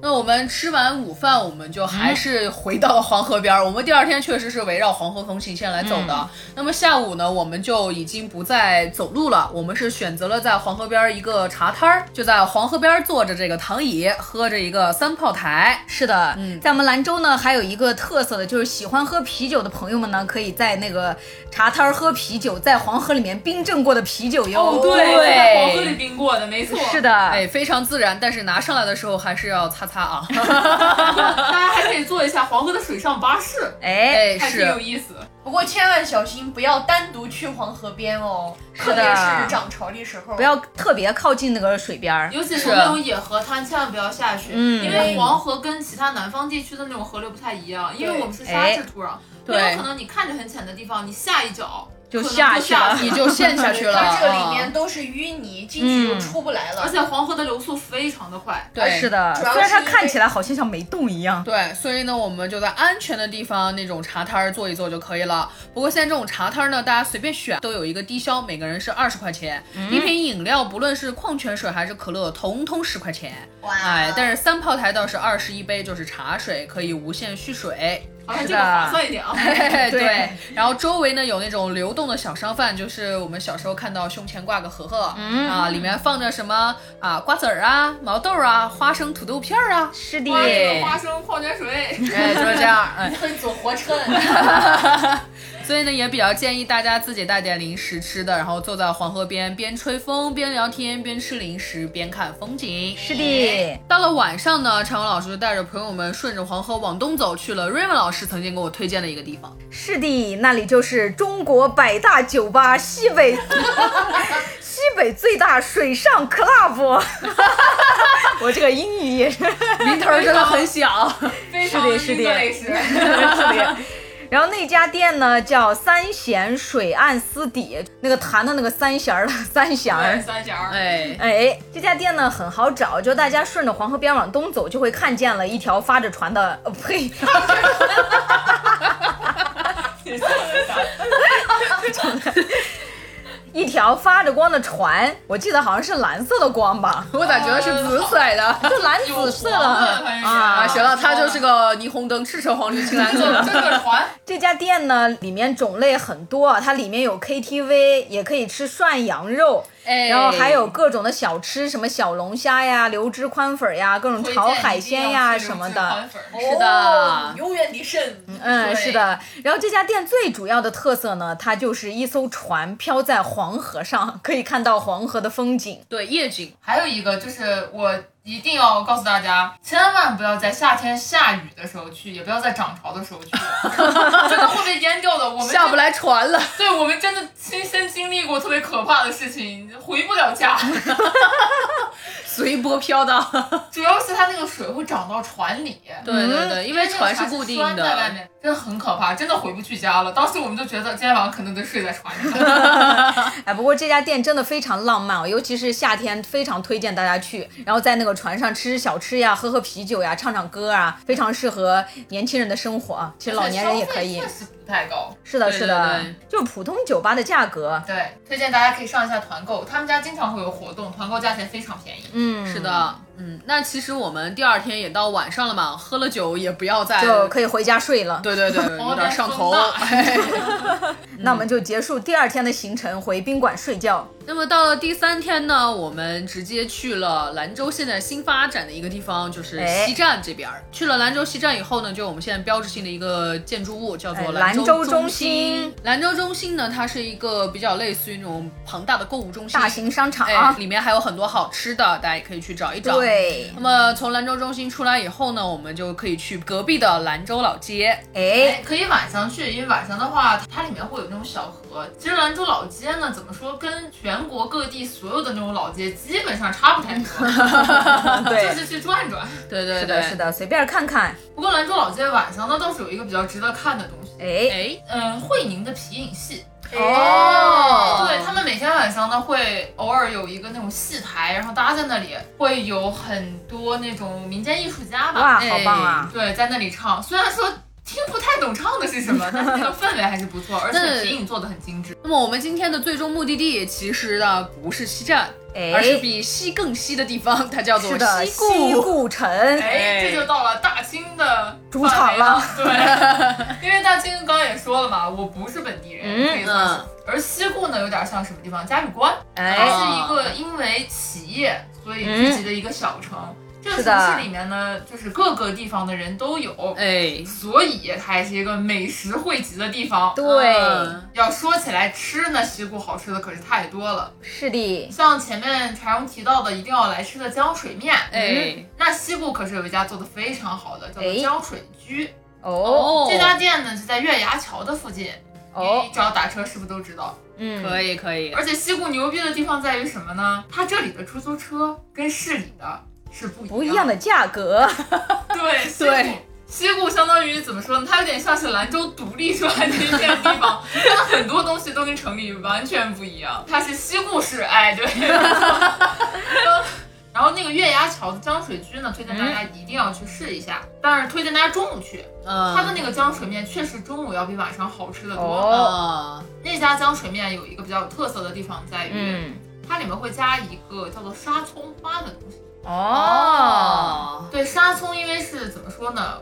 [SPEAKER 3] 那我们吃完午饭，我们就还是回到了黄河边儿。我们第二天确实是围绕黄河风情线来走的。那么下午呢，我们就已经不再走路了，我们是选择了在黄河边儿一个茶摊儿，就在黄河边儿坐着这个躺椅，喝着一个三炮台。
[SPEAKER 2] 是的，
[SPEAKER 3] 嗯
[SPEAKER 2] 在我们兰州呢，还有一个特色的就是喜欢喝啤酒的朋友们呢，可以在那个茶摊儿喝啤酒，在黄河里面冰镇过的啤酒哟。
[SPEAKER 5] 哦，对，是在黄河里冰过的，没错。
[SPEAKER 2] 是，的，
[SPEAKER 3] 哎，非常自然，但是拿上来的时候还是要擦擦啊。
[SPEAKER 5] 大家还可以做一下黄河的水上巴士，
[SPEAKER 2] 哎，
[SPEAKER 3] 哎，
[SPEAKER 5] 还挺有
[SPEAKER 3] 是，
[SPEAKER 5] 意思。
[SPEAKER 4] 不过千万小心，不要单独去黄河边哦，
[SPEAKER 2] 是
[SPEAKER 4] 特别
[SPEAKER 2] 的
[SPEAKER 4] 是涨潮的时候，
[SPEAKER 2] 不要特别靠近那个水边儿。
[SPEAKER 5] 尤其是
[SPEAKER 3] 是
[SPEAKER 5] 那种野河滩，千万不要下去，
[SPEAKER 2] 嗯
[SPEAKER 5] 因为黄河跟其他南方地区的那种河流不太一样，因为我们是沙质土壤，
[SPEAKER 3] 哎对
[SPEAKER 5] 很有可能你看着很浅的地方，你下一脚
[SPEAKER 2] 就
[SPEAKER 5] 可能
[SPEAKER 2] 下去
[SPEAKER 5] 去了
[SPEAKER 2] 了，
[SPEAKER 3] 你就陷下
[SPEAKER 4] (laughs)
[SPEAKER 3] 去了。
[SPEAKER 4] 它这
[SPEAKER 3] 啊
[SPEAKER 4] 里面都是淤泥，进去就出不来
[SPEAKER 5] 而
[SPEAKER 4] 了。
[SPEAKER 5] 且黄河的流速非常的快，
[SPEAKER 3] 对，
[SPEAKER 2] 哎是的，
[SPEAKER 4] 主要
[SPEAKER 2] 虽然它
[SPEAKER 4] 是因为
[SPEAKER 2] 看起来好像像没动一样。
[SPEAKER 3] 对，所以呢，我们就在安全的地方那种茶摊儿坐一坐就可以了。不过现在这种茶摊儿呢，大家随便选，都有一个低消，每个人是二十块钱。一瓶饮料，不论是矿泉水还是可乐，统统十块钱。
[SPEAKER 4] 哇
[SPEAKER 3] 哎，但是三炮台倒是二十一杯，就是茶水，可以无限续水。
[SPEAKER 5] 而且
[SPEAKER 2] 是
[SPEAKER 5] 这
[SPEAKER 2] 的
[SPEAKER 5] 个划算一点啊。
[SPEAKER 3] (laughs) 对，然后周围呢有那种流动的小商贩，就是我们小时候看到胸前挂个盒盒，啊，里面放着什么啊瓜子儿啊、毛豆儿啊、花生、土豆片儿啊，
[SPEAKER 2] 是的，
[SPEAKER 5] 花生、花生、矿泉水，
[SPEAKER 3] 哎，就是这样，哎。
[SPEAKER 4] 会走火车
[SPEAKER 5] (laughs)
[SPEAKER 4] 的，
[SPEAKER 3] (laughs) 所以呢，也比较建议大家自己带点零食吃的，然后坐在黄河边，边吹风，边聊天，边吃零食，边看风景。
[SPEAKER 2] 是的，
[SPEAKER 3] 到了晚上呢，常文老师就带着朋友们顺着黄河往东走，去了瑞文老师曾经给我推荐的一个地方。
[SPEAKER 2] 是的，那里就是中国百大酒吧西北西北最大水上 club。我这个英语也是，
[SPEAKER 3] (laughs) 名头真的很响，
[SPEAKER 5] 非常
[SPEAKER 2] 的 (laughs) 是的
[SPEAKER 5] 英格蕾式。
[SPEAKER 2] 然后那家店呢叫三弦水岸私底，那个弹的那个三弦儿的三弦儿
[SPEAKER 5] 对，。三角儿，
[SPEAKER 3] (laughs) 哎，
[SPEAKER 2] 哎，这家店呢很好找，就大家顺着黄河边往东走，就会看见了一条发着船的， (laughs) 呃，呸，一条发着光的船，我记得好像是蓝色的光吧，
[SPEAKER 3] 我咋觉得是紫色
[SPEAKER 2] (laughs)
[SPEAKER 3] 来的？
[SPEAKER 2] 就蓝紫色了
[SPEAKER 5] 有黄的
[SPEAKER 3] 啊，
[SPEAKER 2] 啊。
[SPEAKER 3] 行了，它就是个霓虹灯，赤橙黄绿青蓝
[SPEAKER 5] 坐
[SPEAKER 3] 紫。 (laughs)
[SPEAKER 5] 这个 (laughs) 船，
[SPEAKER 2] 这家店呢里面种类很多，啊它里面有 KTV，也可以吃涮羊肉。
[SPEAKER 3] 哎，
[SPEAKER 2] 然后还有各种的小吃，什么小龙虾呀、流汁宽粉呀、各种炒海鲜呀什么的。
[SPEAKER 3] 是的
[SPEAKER 4] 哦永远的肾。
[SPEAKER 2] 嗯，
[SPEAKER 3] 对
[SPEAKER 2] 是的。然后这家店最主要的特色呢，它就是一艘船飘在黄河上，可以看到黄河的风景。
[SPEAKER 3] 对夜景，
[SPEAKER 5] 还有一个就是我一定要告诉大家，千万不要在夏天下雨的时候去，也不要在涨潮的时 (laughs) 候去，真的会被淹掉的。我们
[SPEAKER 3] 下不来船了。
[SPEAKER 5] 对我们真的亲身经历过特别可怕的事 (laughs) 情，回不了家。
[SPEAKER 3] 随波飘荡。
[SPEAKER 5] 主要是它那个个水会涨到船里，
[SPEAKER 3] 对对对，嗯因为船是固定
[SPEAKER 5] 因为那个船是拴在外
[SPEAKER 3] 的，
[SPEAKER 5] 面，真的很可怕，真的回不去家了。当时我们就觉得今天晚上可能得睡在船上。 (laughs)
[SPEAKER 2] 哎，不过这家店真的非常浪漫哦，尤其是夏天，非常推荐大家去。然后在那个船上吃吃小吃呀，喝喝啤酒呀，唱唱歌啊，非常适合年轻人的生活啊。其实老年人也可以
[SPEAKER 5] 消费。确实不太高。
[SPEAKER 2] 是的，
[SPEAKER 3] 对
[SPEAKER 2] 是的，
[SPEAKER 3] 对对
[SPEAKER 2] 就普通酒吧的价格。
[SPEAKER 5] 对，推荐大家可以上一下团购，他们家经常会有活动，团购价钱非常便宜。
[SPEAKER 2] 嗯，
[SPEAKER 3] 是，的，嗯，那其实我们第二天也到晚上了嘛，喝了酒也不要再，
[SPEAKER 2] 就可以回家睡了。
[SPEAKER 3] 对对对，有点上头。
[SPEAKER 5] 哦别
[SPEAKER 2] (laughs)
[SPEAKER 3] 哎
[SPEAKER 2] 那我们就结束第二天的行程，回宾馆睡觉。
[SPEAKER 3] (laughs) 那么到了第三天呢，我们直接去了兰州现在新发展的一个地方，就是
[SPEAKER 2] 哎
[SPEAKER 3] 西站这边儿。去了兰州西站以后呢，就我们现在标志性的一个建筑物叫
[SPEAKER 2] 哎
[SPEAKER 3] 做
[SPEAKER 2] 兰州
[SPEAKER 3] 州
[SPEAKER 2] 中心
[SPEAKER 3] 心。兰州中心呢，它是一个比较类似于那种庞大的购物中心，
[SPEAKER 2] 大型商场
[SPEAKER 3] 哎
[SPEAKER 2] 啊，，
[SPEAKER 3] 里面还有很多好吃的，大家也可以去找一找。。
[SPEAKER 2] 对
[SPEAKER 3] 那，么从兰州中心出来以后呢，我们就可以去隔壁的兰州老街。
[SPEAKER 2] 哎，
[SPEAKER 5] 可以晚上去，因为晚上的话，它里面会有那种小河。其实兰州老街呢，怎么说，跟全国各地所有的那种老街基本上差不太多，
[SPEAKER 2] (laughs) 对
[SPEAKER 5] 就是去转转。
[SPEAKER 3] 对对
[SPEAKER 2] 是
[SPEAKER 3] 对，
[SPEAKER 2] 的，是的，随便看看。
[SPEAKER 5] 不过兰州老街晚上呢，倒是有一个比较值得看的东西，
[SPEAKER 2] 哎，
[SPEAKER 3] 哎，
[SPEAKER 5] 嗯，会宁的皮影戏。
[SPEAKER 2] 哦
[SPEAKER 5] 对他们每天晚上呢，会偶尔有一个那种戏台，然后大家在那里会有很多那种民间艺术家吧，哎
[SPEAKER 2] 哇，
[SPEAKER 3] 哎
[SPEAKER 2] 好棒啊！
[SPEAKER 5] 对，在那里唱。虽然说听不太懂唱的是
[SPEAKER 2] (laughs)
[SPEAKER 5] 什么，但是那个氛围还是不错，而且
[SPEAKER 3] 对
[SPEAKER 5] 皮影做的很精致。
[SPEAKER 3] 那么我们今天的最终目的地其实呢不是西站，
[SPEAKER 2] 哎，
[SPEAKER 3] 而是比西更西的地方，它叫做
[SPEAKER 2] 是的，
[SPEAKER 3] 西固。
[SPEAKER 2] 西固城，
[SPEAKER 5] 哎，这就到了大清的
[SPEAKER 2] 主场了
[SPEAKER 5] 范围了。
[SPEAKER 2] (laughs)
[SPEAKER 5] 对，因为大清刚刚也说了嘛，我不是本地人，
[SPEAKER 2] 嗯
[SPEAKER 5] 可以算是。而西固呢，有点像什么地方？嘉峪关，它
[SPEAKER 2] 哎，
[SPEAKER 5] 是一个因为企业所以聚集的一个小城。这个
[SPEAKER 2] 哦是的
[SPEAKER 5] 城市里面呢，就是各个地方的人都有，
[SPEAKER 3] 哎，
[SPEAKER 5] 所以它也是一个美食汇集的地方。
[SPEAKER 2] 对，
[SPEAKER 3] 嗯
[SPEAKER 5] 要说起来吃呢，西固好吃的可是太多了，
[SPEAKER 2] 是的，
[SPEAKER 5] 像前面柴荣提到的，一定要来吃的江水面，嗯
[SPEAKER 3] 哎，
[SPEAKER 5] 那西固可是有一家做的非常好的，叫做
[SPEAKER 2] 哎
[SPEAKER 5] 江水居。
[SPEAKER 2] 哦
[SPEAKER 5] 这家店呢就在月牙桥的附近，
[SPEAKER 2] 哦
[SPEAKER 5] 你，只要打车是不是都知道？
[SPEAKER 2] 嗯，
[SPEAKER 3] 可以可以，
[SPEAKER 5] 而且西固牛逼的地方在于什么呢？它这里的出租车跟市里的是不
[SPEAKER 2] 不
[SPEAKER 5] 一
[SPEAKER 2] 一样
[SPEAKER 5] 的。
[SPEAKER 2] 的价格，
[SPEAKER 5] (laughs) 对，西
[SPEAKER 3] 对
[SPEAKER 5] 固。西固相当于怎么说呢？它有点像是兰州独立出来的一片地方， (laughs) 它的很多东西都跟城里完全不一样。它是西固市，哎，对。 (laughs) 然后那个月牙桥的江水居呢，推荐大家一定要去试一下，但是推荐大家中午去。
[SPEAKER 3] 嗯，
[SPEAKER 5] 它的那个江水面确实中午要比晚上好吃的多。
[SPEAKER 2] 哦
[SPEAKER 3] 啊，
[SPEAKER 5] 那家江水面有一个比较有特色的地方在于，
[SPEAKER 2] 嗯，
[SPEAKER 5] 它里面会加一个叫做沙葱花的东西。
[SPEAKER 2] 哦，
[SPEAKER 5] 对，沙葱因为是怎么说呢，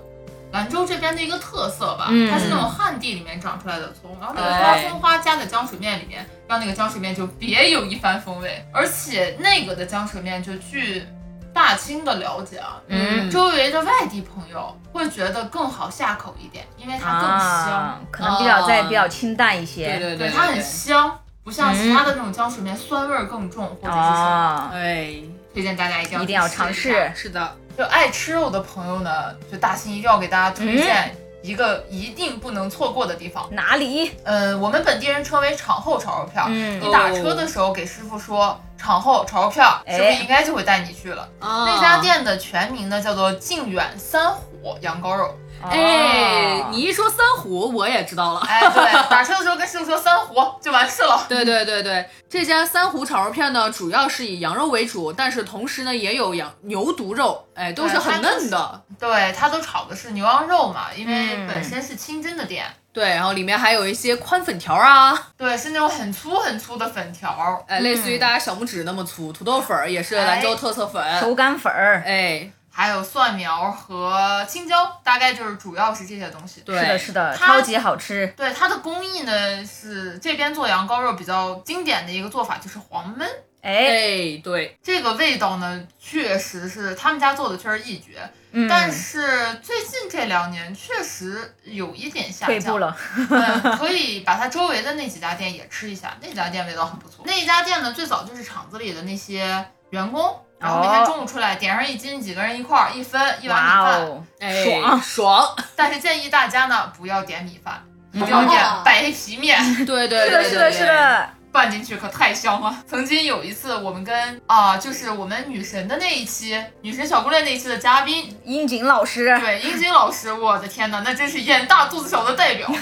[SPEAKER 5] 兰州这边的一个特色吧，
[SPEAKER 2] 嗯
[SPEAKER 5] 它是那种旱地里面长出来的葱，然后那个沙
[SPEAKER 3] 哎
[SPEAKER 5] 葱花加在浆水面里面，让那个浆水面就别有一番风味。而且那个的浆水面，就据大清的了解啊，
[SPEAKER 2] 嗯，
[SPEAKER 5] 周围的外地朋友会觉得更好下口一点，因为它更香，
[SPEAKER 2] 啊，可能比较在
[SPEAKER 3] 啊
[SPEAKER 2] 比较清淡一些，
[SPEAKER 3] 对对
[SPEAKER 5] 对
[SPEAKER 3] 对，
[SPEAKER 5] 它很
[SPEAKER 3] 对
[SPEAKER 5] 香。不像其他的那种浆水面，酸味儿更重，或者是什么，
[SPEAKER 2] 嗯啊，
[SPEAKER 3] 哎，
[SPEAKER 5] 推荐大家一定要
[SPEAKER 2] 一定要
[SPEAKER 5] 去
[SPEAKER 2] 尝
[SPEAKER 5] 试一下
[SPEAKER 2] 试，
[SPEAKER 3] 是的，
[SPEAKER 5] 就爱吃肉的朋友呢，就大兴一定要给大家
[SPEAKER 2] 嗯
[SPEAKER 5] 推荐一个一定不能错过的地方。
[SPEAKER 2] 哪里？
[SPEAKER 5] 呃，我们本地人称为场后炒肉片儿。
[SPEAKER 2] 嗯
[SPEAKER 5] 你打车的时候给师傅说场后炒肉片儿，
[SPEAKER 2] 哎嗯
[SPEAKER 5] 师傅应该就会带你去了。
[SPEAKER 3] 那
[SPEAKER 5] 那家，店的全名呢叫做靖远三虎羊
[SPEAKER 2] (laughs)
[SPEAKER 5] 羔肉。
[SPEAKER 3] 哎
[SPEAKER 2] 哦，
[SPEAKER 3] 你一说三虎，我也知道了。
[SPEAKER 5] 哎，对，打车的时候跟师傅说三虎就完事
[SPEAKER 2] (laughs) 嗯
[SPEAKER 5] 了。
[SPEAKER 3] 对对对对，这家三虎炒肉片呢，主要是以羊肉为主，但是同时呢也有羊牛犊肉，哎，都是很嫩的。
[SPEAKER 5] 对，它都炒的是牛羊肉嘛，因为
[SPEAKER 2] 嗯
[SPEAKER 5] 本身是清真的店。
[SPEAKER 3] 对，然后里面还有一些宽粉条啊，
[SPEAKER 5] 对，是那种很粗很粗的粉条儿，
[SPEAKER 3] 哎，类
[SPEAKER 2] 嗯
[SPEAKER 3] 似于大家小拇指那么粗。土豆粉儿也是兰
[SPEAKER 2] 哎
[SPEAKER 3] 州特色粉，
[SPEAKER 2] 手擀粉儿，
[SPEAKER 3] 哎，
[SPEAKER 5] 还有蒜苗和青椒，大概就是主要是这些东西。
[SPEAKER 3] 对，
[SPEAKER 2] 是的，是的，
[SPEAKER 5] 它
[SPEAKER 2] 超级好吃，
[SPEAKER 5] 对它的工艺呢，是这边做羊羔肉比较经典的一个做法，就是黄焖。
[SPEAKER 2] 哎，
[SPEAKER 3] 哎，对，
[SPEAKER 5] 这个味道呢，确实是他们家做的确实一绝，
[SPEAKER 2] 嗯，
[SPEAKER 5] 但是最近这两年确实有一点下降，
[SPEAKER 2] 退步。了，
[SPEAKER 5] 嗯，可以把它周围的那几家店也吃一下，那家店味道很不错。那家店呢，最早就是厂子里的那些员工，然后每天中午出来点上一斤，几个人一块儿一分一碗米
[SPEAKER 2] 哦哇
[SPEAKER 5] 饭。
[SPEAKER 2] 哦，
[SPEAKER 3] 哎
[SPEAKER 2] 爽
[SPEAKER 3] 爽，
[SPEAKER 2] (laughs)
[SPEAKER 5] 但是建议大家呢不要点米饭，一定
[SPEAKER 2] 哦
[SPEAKER 5] 要点白皮面。 (laughs)
[SPEAKER 3] 对对
[SPEAKER 2] 是的，
[SPEAKER 3] 对对
[SPEAKER 2] 是的，
[SPEAKER 3] 对
[SPEAKER 2] 是的，
[SPEAKER 5] 拌进去可太香了。曾经有一次，我们跟啊、就是我们女神的那一期，女神小姑娘那一期的嘉宾，
[SPEAKER 2] 樱井老师，
[SPEAKER 5] 对，英杰老师，我的天哪，那真是眼大肚子小的代表。 (laughs)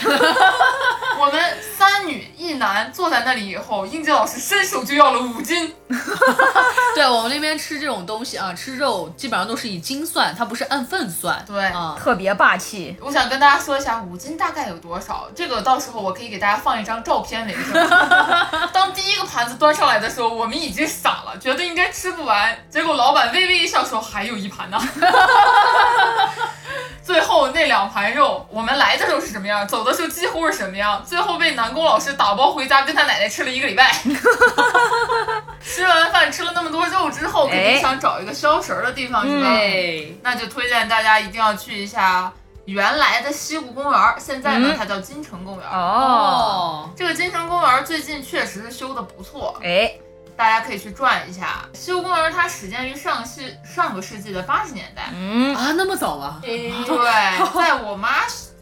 [SPEAKER 5] 我们三女一男坐在那里以后，英杰老师伸手就要了五斤，
[SPEAKER 3] 对我们那边吃这种东西啊，吃肉基本上都是以斤算，它不是按份算。
[SPEAKER 5] 对
[SPEAKER 3] 啊，
[SPEAKER 2] 特别霸气。
[SPEAKER 5] 我想跟大家说一下五斤大概有多少，这个到时候我可以给大家放一张照片为证。当第一个盘子端上来的时候，我们已经傻了，觉得应该吃不完，结果老板微微一笑说还有一盘呢。 (laughs) 最后那两盘肉，我们来的时候是什么样，走的时候几乎是什么样，最后被南宫老师打包回家跟他奶奶吃了一个礼拜。 (laughs) 吃完饭吃了那么多肉之后，肯定想找一个消食儿的地方是吧？
[SPEAKER 3] 对，
[SPEAKER 5] 那就推荐大家一定要去一下原来的西湖公园儿，现在呢
[SPEAKER 2] 嗯
[SPEAKER 5] 它叫金城公园儿。
[SPEAKER 2] 哦，
[SPEAKER 3] 哦，
[SPEAKER 5] 这个金城公园儿最近确实是修的不错，
[SPEAKER 2] 哎，
[SPEAKER 5] 大家可以去转一下。西湖公园儿它始建于上世上个世纪的八十年代，
[SPEAKER 2] 嗯，
[SPEAKER 3] 啊，那么早吗？ (laughs)
[SPEAKER 5] 对，在我妈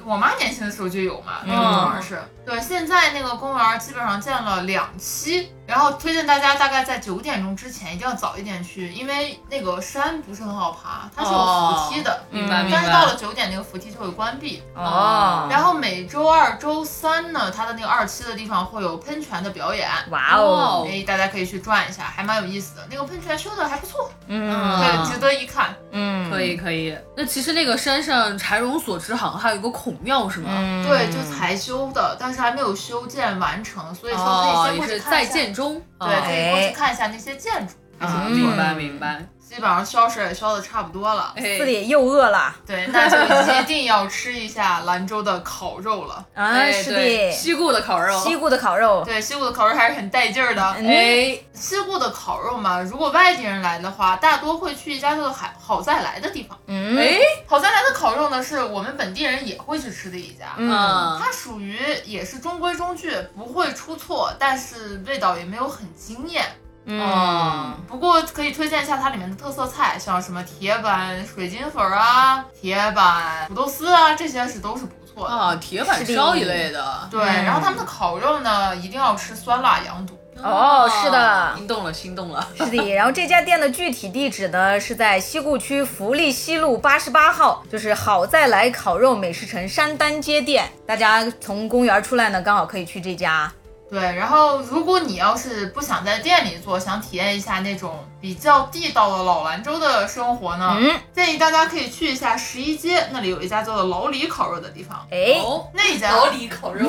[SPEAKER 5] 我妈年轻的时候就有嘛，
[SPEAKER 3] 嗯
[SPEAKER 5] 那个公园儿是。对，现在那个公园儿基本上建了两期，然后推荐大家大概在九点钟之前一定要早一点去，因为那个山不是很好爬，它是有扶梯的。
[SPEAKER 3] 哦明白明白。
[SPEAKER 5] 嗯但是到了九点，那个扶梯就会关闭。
[SPEAKER 2] 哦，
[SPEAKER 5] 然后每周二、周三呢，它的那个二期的地方会有喷泉的表演，
[SPEAKER 2] 哇哦，
[SPEAKER 5] 哎，大家可以去转一下，还蛮有意思的。那个喷泉修的还不错，
[SPEAKER 2] 嗯
[SPEAKER 5] 对，值得一看。
[SPEAKER 2] 嗯，
[SPEAKER 3] 可以可以，那其实那个山上柴荣所之好像还有一个孔庙是吗？
[SPEAKER 2] 嗯，
[SPEAKER 5] 对，就才修的，但是还没有修建完成，所以说
[SPEAKER 3] 哦
[SPEAKER 5] 可以先，
[SPEAKER 3] 也
[SPEAKER 5] 过去
[SPEAKER 3] 是
[SPEAKER 5] 看
[SPEAKER 3] 在
[SPEAKER 5] 一下。
[SPEAKER 3] 建哦中，
[SPEAKER 5] 对，可以过
[SPEAKER 2] 哎
[SPEAKER 5] 去看一下那些建筑，
[SPEAKER 3] 啊，
[SPEAKER 2] 嗯
[SPEAKER 3] 明白明白。
[SPEAKER 5] 基本上消失也消的差不多了。
[SPEAKER 3] 哎
[SPEAKER 2] 自己又饿了
[SPEAKER 5] 对，那就一定要吃一下兰州的烤肉了。
[SPEAKER 2] 啊，
[SPEAKER 3] 哎，
[SPEAKER 2] 是
[SPEAKER 3] 对，
[SPEAKER 2] 的，
[SPEAKER 3] 西固的烤肉，
[SPEAKER 2] 西固的烤肉，
[SPEAKER 5] 对，西固的烤肉还是很带劲儿的。
[SPEAKER 3] 哎，
[SPEAKER 5] 西固的烤肉嘛，如果外地人来的话，大多会去一家叫做“海好再来”的地方。
[SPEAKER 2] 嗯，
[SPEAKER 3] 哎，
[SPEAKER 5] 好再来的烤肉呢，是我们本地人也会去吃的一家。
[SPEAKER 2] 嗯，
[SPEAKER 3] 嗯，
[SPEAKER 5] 它属于也是中规中矩，不会出错，但是味道也没有很惊艳。
[SPEAKER 2] 嗯，
[SPEAKER 5] 不过可以推荐一下它里面的特色菜，像什么铁板水晶粉啊、铁板土豆丝啊，这些是都是不错的。
[SPEAKER 2] 嗯
[SPEAKER 3] 啊，铁板烧一类的，
[SPEAKER 5] 对，然后他们的烤肉呢，一定要吃酸辣羊肚。
[SPEAKER 2] 哦是的
[SPEAKER 3] 心啊动了，心动了。
[SPEAKER 2] 是的。然后这家店的具体地址呢是在西固区福利西路八十八号，就是好再来烤肉美食城山丹街店。大家从公园出来呢，刚好可以去这家。
[SPEAKER 5] 对，然后如果你要是不想在店里做，想体验一下那种比较地道的老兰州的生活呢，
[SPEAKER 2] 嗯，
[SPEAKER 5] 建议大家可以去一下十一街，那里有一家叫做老李烤肉的地方。
[SPEAKER 2] 哎，
[SPEAKER 3] 哦
[SPEAKER 5] 那家
[SPEAKER 4] 老李烤肉，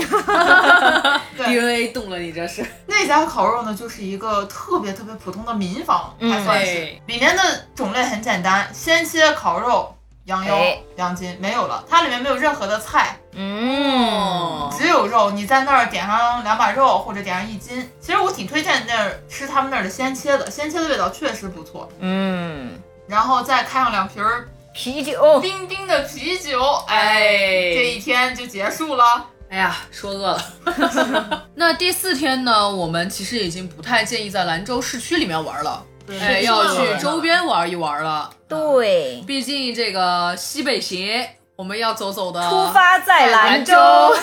[SPEAKER 5] 对
[SPEAKER 3] ，DNA 动了，你这是。
[SPEAKER 5] 那家烤肉呢，就是一个特别特别普通的民房，
[SPEAKER 2] 嗯
[SPEAKER 5] 还算是。
[SPEAKER 3] 哎，
[SPEAKER 5] 里面的种类很简单，先切烤肉、羊腰
[SPEAKER 2] 哎、
[SPEAKER 5] 羊筋没有了，它里面没有任何的菜，
[SPEAKER 2] 嗯，
[SPEAKER 3] 哦，
[SPEAKER 5] 只有肉。你在那儿点上两把肉或者点上一斤，其实我挺推荐那儿吃他们那儿的鲜切的，鲜切的味道确实不错。
[SPEAKER 2] 嗯，
[SPEAKER 5] 然后再开上两瓶儿
[SPEAKER 2] 啤酒，
[SPEAKER 5] 冰冰的啤酒，哎，这
[SPEAKER 3] 哎，
[SPEAKER 5] 一天就结束了。
[SPEAKER 3] 哎呀，说饿了。 (laughs) 那第四天呢，我们其实已经不太建议在兰州市区里面玩了，哎，要去周边玩一玩了。
[SPEAKER 2] 对，
[SPEAKER 3] 毕竟这个西北行，我们要走走的。
[SPEAKER 2] 出发在哦兰州。
[SPEAKER 3] (laughs)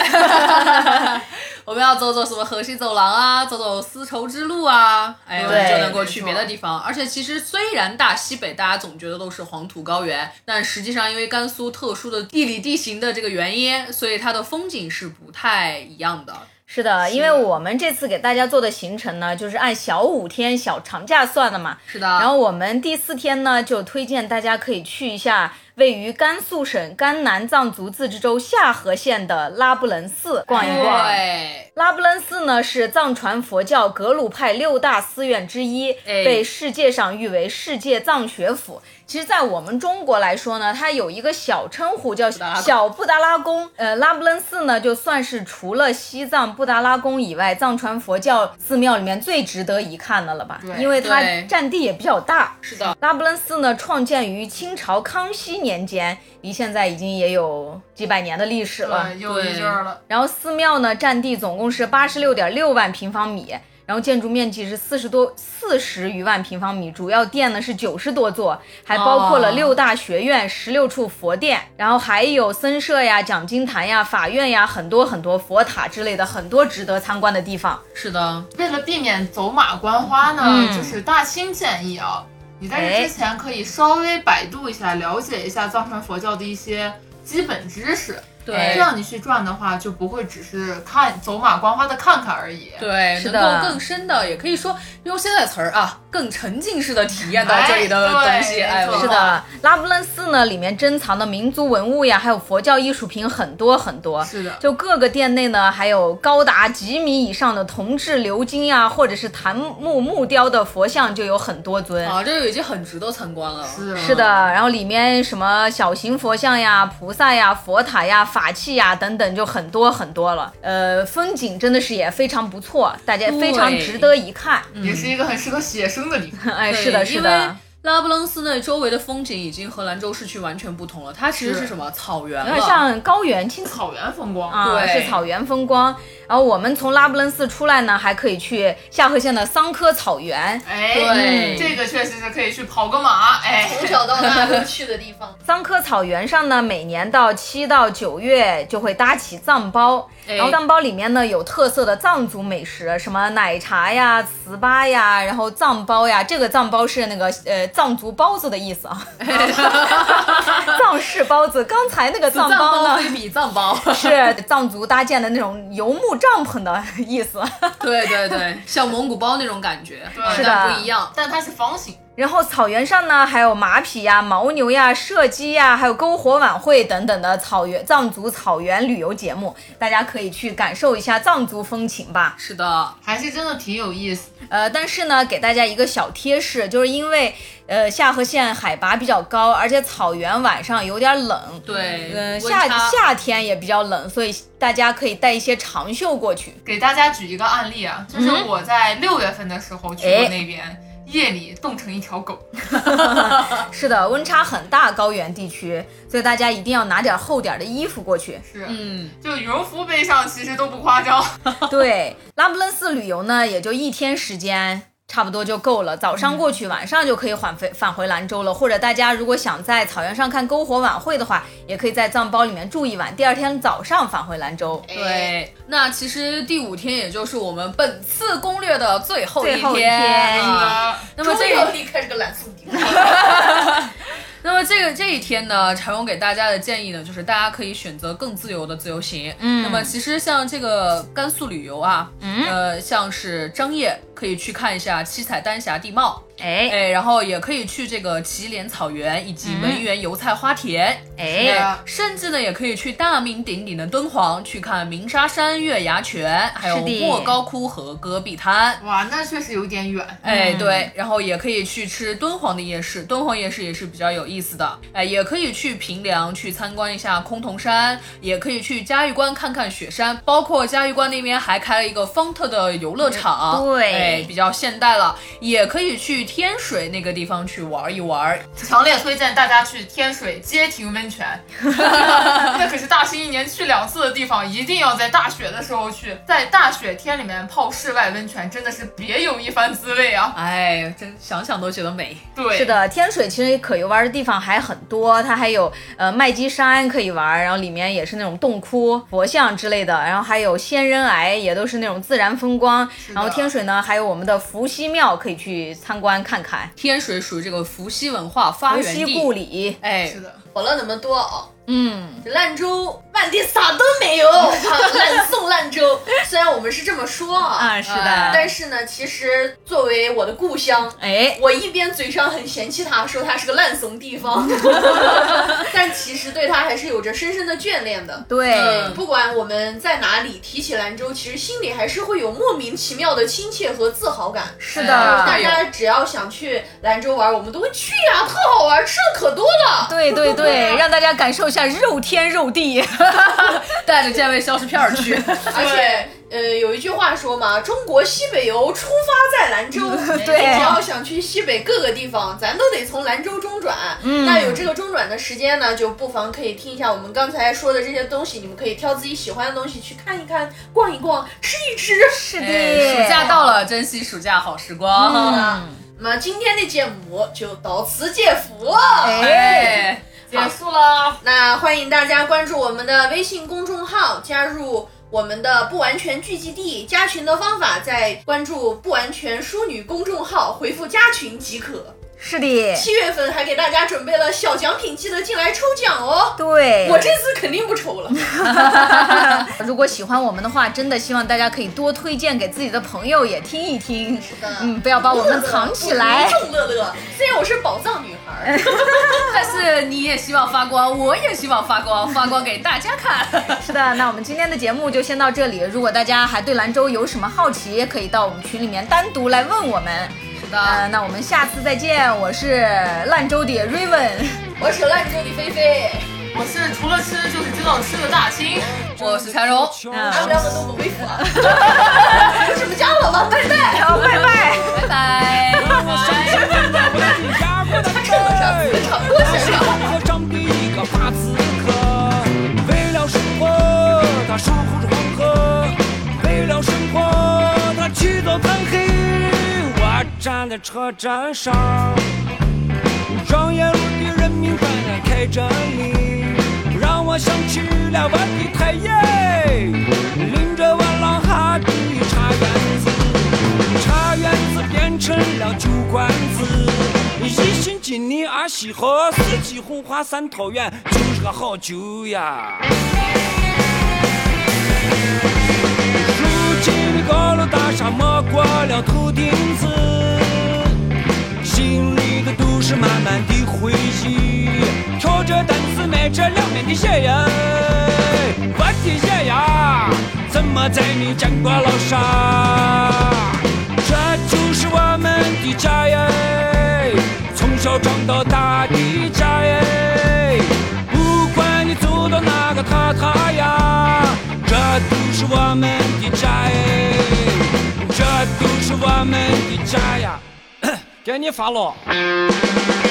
[SPEAKER 3] 我们要走走什么河西走廊啊，走走丝绸之路啊，哎，我们
[SPEAKER 2] 对
[SPEAKER 3] 就能够去别的地方。而且其实虽然大西北大家总觉得都是黄土高原，但实际上因为甘肃特殊的地理地形的这个原因，所以它的风景是不太一样的。
[SPEAKER 2] 是的，因为我们这次给大家做的行程呢，就是按小五天小长假算的嘛。
[SPEAKER 3] 是的，
[SPEAKER 2] 然后我们第四天呢，就推荐大家可以去一下位于甘肃省甘南藏族自治州下河县的拉卜楞寺逛一逛。
[SPEAKER 3] 哎对，
[SPEAKER 2] 拉卜楞寺呢是藏传佛教格鲁派六大寺院之一，
[SPEAKER 3] 哎
[SPEAKER 2] 被世界上誉为世界藏学府。其实，在我们中国来说呢，它有一个小称呼叫
[SPEAKER 3] 达拉宫
[SPEAKER 2] 小布达拉宫。呃，拉卜楞寺呢，就算是除了西藏布达拉宫以外，藏传佛教寺庙里面最值得一看的了吧？
[SPEAKER 5] 对
[SPEAKER 2] 因为它
[SPEAKER 3] 对
[SPEAKER 2] 占地也比较大。
[SPEAKER 3] 是的，
[SPEAKER 2] 拉卜楞寺呢，创建于清朝康熙年间，离现在已经也有几百年的历史了。
[SPEAKER 5] 对，又一阵儿了。
[SPEAKER 2] 然后寺庙呢，占地总共是八十六点六万平方米，然后建筑面积是四十多四十余万平方米，主要店呢是九十多座，还包括了
[SPEAKER 3] 哦
[SPEAKER 2] 六大学院、十六处佛殿，然后还有僧舍呀、讲经坛呀、法院呀，很多很多佛塔之类的，很多值得参观的地方。
[SPEAKER 3] 是的，
[SPEAKER 5] 为了避免走马观花呢，
[SPEAKER 2] 嗯
[SPEAKER 5] 就是大清建议啊，你在
[SPEAKER 2] 哎
[SPEAKER 5] 这之前可以稍微百度一下，了解一下藏传佛教的一些基本知识，这
[SPEAKER 3] 对
[SPEAKER 5] 样你去转的话，就不会只是看走马观花的看看而已。
[SPEAKER 3] 对，
[SPEAKER 2] 是的
[SPEAKER 3] 能够更深的，也可以说用现在词儿啊，更沉浸式的体验到这里的
[SPEAKER 5] 哎
[SPEAKER 3] 东
[SPEAKER 5] 对
[SPEAKER 3] 西。哎，
[SPEAKER 5] 没错
[SPEAKER 2] 是的，呃拉卜楞寺呢，里面珍藏的民族文物呀，还有佛教艺术品很多很多。
[SPEAKER 5] 是的
[SPEAKER 2] 就各个店内呢，还有高达几米以上的铜制鎏金呀，或者是檀木木雕的佛像就有很多尊。
[SPEAKER 3] 啊，这个已经很值得参观了。
[SPEAKER 5] 是
[SPEAKER 2] 是的，然后里面什么小型佛像呀、菩萨呀、佛塔呀、法器呀等等，就很多很多了。呃，风景真的是也非常不错，大家非常
[SPEAKER 3] 对
[SPEAKER 2] 值得一看。
[SPEAKER 5] 也是一个很适合写生的地
[SPEAKER 2] (laughs)
[SPEAKER 5] 方。
[SPEAKER 2] 哎，
[SPEAKER 3] 嗯对
[SPEAKER 2] 是的，是
[SPEAKER 3] 因
[SPEAKER 2] 的
[SPEAKER 3] 为。拉卜楞寺那周围的风景已经和兰州市区完全不同了，它其实
[SPEAKER 5] 是
[SPEAKER 3] 是什么草原
[SPEAKER 2] 有
[SPEAKER 3] 了，
[SPEAKER 2] 点像高原青
[SPEAKER 5] 草原风光，
[SPEAKER 2] 啊，
[SPEAKER 3] 对
[SPEAKER 2] 是草原风光。然后我们从拉卜楞寺出来呢，还可以去下河县的桑科草原。。
[SPEAKER 5] 哎，
[SPEAKER 3] 对
[SPEAKER 5] 这个确实是可以去跑个马，哎，
[SPEAKER 4] 从小到大都去的地方
[SPEAKER 2] 桑科草原上呢，每年到七到九月就会搭起藏包，
[SPEAKER 3] 哎
[SPEAKER 2] 然后藏包里面呢有特色的藏族美食，什么奶茶呀、糍粑呀，然后藏包呀。这个藏包是那个呃藏族包子的意思
[SPEAKER 3] (laughs)
[SPEAKER 2] 啊，藏式包子。刚才那个
[SPEAKER 3] 藏
[SPEAKER 2] 藏包
[SPEAKER 3] 包
[SPEAKER 2] 呢
[SPEAKER 3] 对比藏包，
[SPEAKER 2] (laughs) 是藏族搭建的那种游牧帐篷的意思。
[SPEAKER 3] 对对对，像蒙古包那种感觉，
[SPEAKER 5] 是
[SPEAKER 2] 的
[SPEAKER 3] 但不一样。
[SPEAKER 5] 但它是方形，
[SPEAKER 2] 然后草原上呢，还有马匹呀、牦牛呀、射击呀，还有篝火晚会等等的草原藏族草原旅游节目，大家可以去感受一下藏族风情吧。
[SPEAKER 3] 是的，
[SPEAKER 5] 还是真的挺有意思。
[SPEAKER 2] 呃，但是呢，给大家一个小贴士，就是因为呃下河县海拔比较高，而且草原晚上有点冷，
[SPEAKER 3] 对，
[SPEAKER 2] 呃
[SPEAKER 3] 温
[SPEAKER 2] 夏
[SPEAKER 3] 差
[SPEAKER 2] 夏天也比较冷，所以大家可以带一些长袖过去。
[SPEAKER 5] 给大家举一个案例啊，就是我在六月份的时候去
[SPEAKER 2] 嗯哎
[SPEAKER 5] 过那边，夜里冻成一条狗。
[SPEAKER 2] 是的，温差很大，高原地区，所以大家一定要拿点厚点儿的衣服过去。
[SPEAKER 5] 是，
[SPEAKER 3] 嗯，
[SPEAKER 5] 就羽绒服背上其实都不夸张。
[SPEAKER 2] 对，拉卜楞寺旅游呢，也就一天时间。差不多就够了，早上过去，晚上就可以返回返回兰州了。或者大家如果想在草原上看篝火晚会的话，也可以在藏包里面住一晚，第二天早上返回兰州。
[SPEAKER 4] 哎，
[SPEAKER 3] 对。那其实第五天，也就是我们本次攻略的最后一
[SPEAKER 2] 最后一天
[SPEAKER 3] 啊。
[SPEAKER 2] 嗯
[SPEAKER 3] 那么
[SPEAKER 4] 终于
[SPEAKER 3] 这
[SPEAKER 4] 要
[SPEAKER 3] 个，
[SPEAKER 4] 离开这个蓝素地方。
[SPEAKER 3] 那么这个这一天呢，柴荣给大家的建议呢，就是大家可以选择更自由的自由行。
[SPEAKER 2] 嗯
[SPEAKER 3] 那么其实像这个甘肃旅游啊，
[SPEAKER 2] 嗯
[SPEAKER 3] 呃，像是张掖可以去看一下七彩丹霞地貌，
[SPEAKER 2] 哎
[SPEAKER 3] 哎，然后也可以去这个祁连草原以及文源油菜花田，
[SPEAKER 2] 嗯哎，
[SPEAKER 5] 啊
[SPEAKER 3] 甚至呢也可以去大名鼎鼎的敦煌去看鸣沙山、月牙泉，还有
[SPEAKER 2] 是的
[SPEAKER 3] 莫高窟和戈壁滩。
[SPEAKER 5] (laughs) 哇，那确实有点远。
[SPEAKER 3] 哎，
[SPEAKER 2] 嗯
[SPEAKER 3] 对，然后也可以去吃敦煌的夜市，敦煌夜市也是比较有意思的。哎，也可以去平凉去参观一下崆峒山，也可以去嘉峪关看看雪山，包括嘉峪关那边还开了一个方特的游乐场，
[SPEAKER 2] 嗯对
[SPEAKER 3] 哎，比较现代了。也可以去天水那个地方去玩一玩，
[SPEAKER 5] 强烈推荐大家去天水街亭温
[SPEAKER 2] (laughs)
[SPEAKER 5] 泉，那可是大师一年去两次的地方，一定要在大雪的时候去，在大雪天里面泡室外温泉，真的是别有一番滋味啊！
[SPEAKER 3] 哎，真想想都觉得美。
[SPEAKER 5] 对，
[SPEAKER 2] 是，的，天水其实可游玩的地方还很多，它还有呃麦积山可以玩，然后里面也是那种洞窟、佛像之类的，然后还有仙人崖，也都是那种自然风光。
[SPEAKER 5] 的
[SPEAKER 2] 然后天水呢，还有我们的伏羲庙可以去参观看看，
[SPEAKER 3] 天水属于这个伏羲文化发
[SPEAKER 2] 伏
[SPEAKER 3] 源
[SPEAKER 2] 羲故
[SPEAKER 3] 地，
[SPEAKER 2] 里。
[SPEAKER 3] 哎
[SPEAKER 5] 是，的，
[SPEAKER 4] 火了那么多啊、
[SPEAKER 2] 嗯，
[SPEAKER 4] 兰州满地啥都
[SPEAKER 2] (laughs)
[SPEAKER 4] 没有，啊兰送兰州。虽然我们是这么说啊，
[SPEAKER 2] 啊，是
[SPEAKER 3] 哎
[SPEAKER 2] 的，
[SPEAKER 4] 但是呢，其实作为我的故乡，
[SPEAKER 2] 哎，
[SPEAKER 4] 我一边嘴上很嫌弃它，说它是个烂怂地
[SPEAKER 2] (laughs)
[SPEAKER 4] 方，但其实对它还是有着深深的眷恋的。
[SPEAKER 2] 对，
[SPEAKER 3] 嗯
[SPEAKER 4] 不管我们在哪里提起兰州，其实心里还是会有莫名其妙的亲切和自豪感。
[SPEAKER 2] 是
[SPEAKER 4] 大
[SPEAKER 2] 的
[SPEAKER 3] 哎，
[SPEAKER 4] 家只要想去兰州玩，我们都会去呀、特好玩，吃的可多了。
[SPEAKER 2] 对对 (laughs) 对，让大家感受一下肉天肉地。 (laughs)
[SPEAKER 3] 带着健胃消食片儿去。哎
[SPEAKER 4] 而且，呃，有一句话说嘛，中国西北游出发在兰州。
[SPEAKER 2] 对
[SPEAKER 4] 你只要想去西北各个地方，咱都得从兰州中转。嗯，那有这个中转的时间呢，就不妨可以听一下我们刚才说的这些东西，你们可以挑自己喜欢的东西去看一看、逛一逛、吃一吃。
[SPEAKER 2] 是 (laughs)
[SPEAKER 3] 哎，
[SPEAKER 2] 的，
[SPEAKER 3] 暑假到了，珍惜暑假好时光。
[SPEAKER 2] 嗯，
[SPEAKER 4] 那么今天的节目就到此结束了。
[SPEAKER 2] 哎，
[SPEAKER 3] 哎，
[SPEAKER 5] 结束了，
[SPEAKER 4] 那欢迎大家关注我们的微信公众号，加入我们的不完全聚集地。加群的方法在关注“不完全淑女”公众号，回复“加群”即可。
[SPEAKER 2] 是的，
[SPEAKER 4] 七月份还给大家准备了小奖品，记得进来抽奖哦。
[SPEAKER 2] 对， (laughs)
[SPEAKER 4] 我这次肯定不抽了。
[SPEAKER 2] 如果喜欢我们的话，真的希望大家可以多推荐给自己的朋友也听一听。
[SPEAKER 4] 的
[SPEAKER 2] 嗯，不要把我们藏起
[SPEAKER 4] 我
[SPEAKER 2] (laughs) 来
[SPEAKER 4] 是。众乐乐，虽然我是宝藏女孩儿。
[SPEAKER 3] 但是你也希望发光，我也希望发光，发光给大家看。
[SPEAKER 2] 是的，那我们今天的节目就先到这里。如果大家还对兰州有什么好奇，也可以到我们群里面单独来问我们。
[SPEAKER 3] 是
[SPEAKER 2] 呃，
[SPEAKER 3] 的，
[SPEAKER 2] 那我们下次再见。我是兰州的 Raven，
[SPEAKER 4] 我是兰州的菲菲，
[SPEAKER 5] 我是除了吃就是知道吃的大清。
[SPEAKER 3] 我是柴荣，
[SPEAKER 4] 拿不了我的微博，有啊 (laughs) 什么加我吧，拜啊拜。
[SPEAKER 2] 好，拜拜。
[SPEAKER 3] 拜拜。
[SPEAKER 4] 多想想。
[SPEAKER 8] 我长的一个大刺客，为了生活，他守护着黄河；为了生活，他起早贪黑。我站在车站上，让沿路的人民感染开着你，让我想起了我的太爷，淋着我老哈的茶园子。茶园子变成了酒馆子，一心尽力而西河，四季红花三桃园，就是个好酒呀。如今的高楼大厦没过了头顶子，心里的都是满满的回忆，挑着担子迈着两面的斜呀，我的爷呀，怎么在你见过老沙？这就是我们的家呀，从小长到大的家呀，不管你走到哪个塔塔呀，这都是我们的家哎，这都是我们的家呀， (coughs) 给你发了。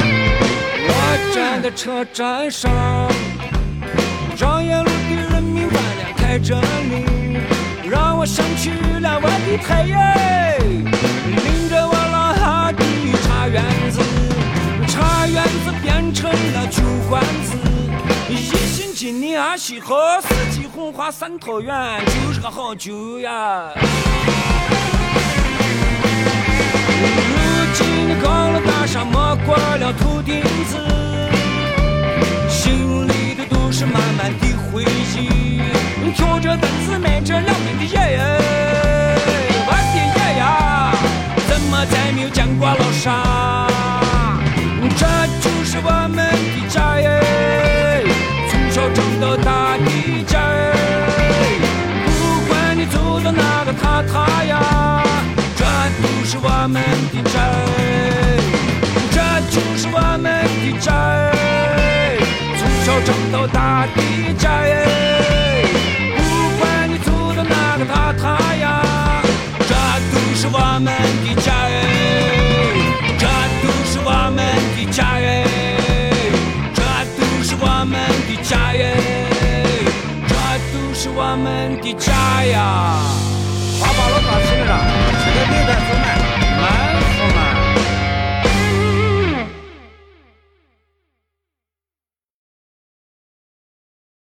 [SPEAKER 8] 我站在车站上，让沿路的人民感染开着你，让我想起了我的太爷，淋着我老哈的茶园子，茶园子变成了酒馆子，一心尽力啊西河，四季红花三桃园，就是个好啊酒呀。如今的高楼大厦没过了头顶子，心里的都是满满的回忆。挑着担子迈着两面的爷爷，我的爷呀，怎么再没有见过老沙？这就是我们的家耶，从小长到大的家耶。不管你走到哪个塔塔呀，这都是我们的家，这就是我们的家，从小长到大的家。不管你走到哪个塔塔呀，这都是我们的家，这都是我们的家。这都是我们的家耶，这都是我们的家呀。把把老打吃了，吃个牛蛋子呢。啊。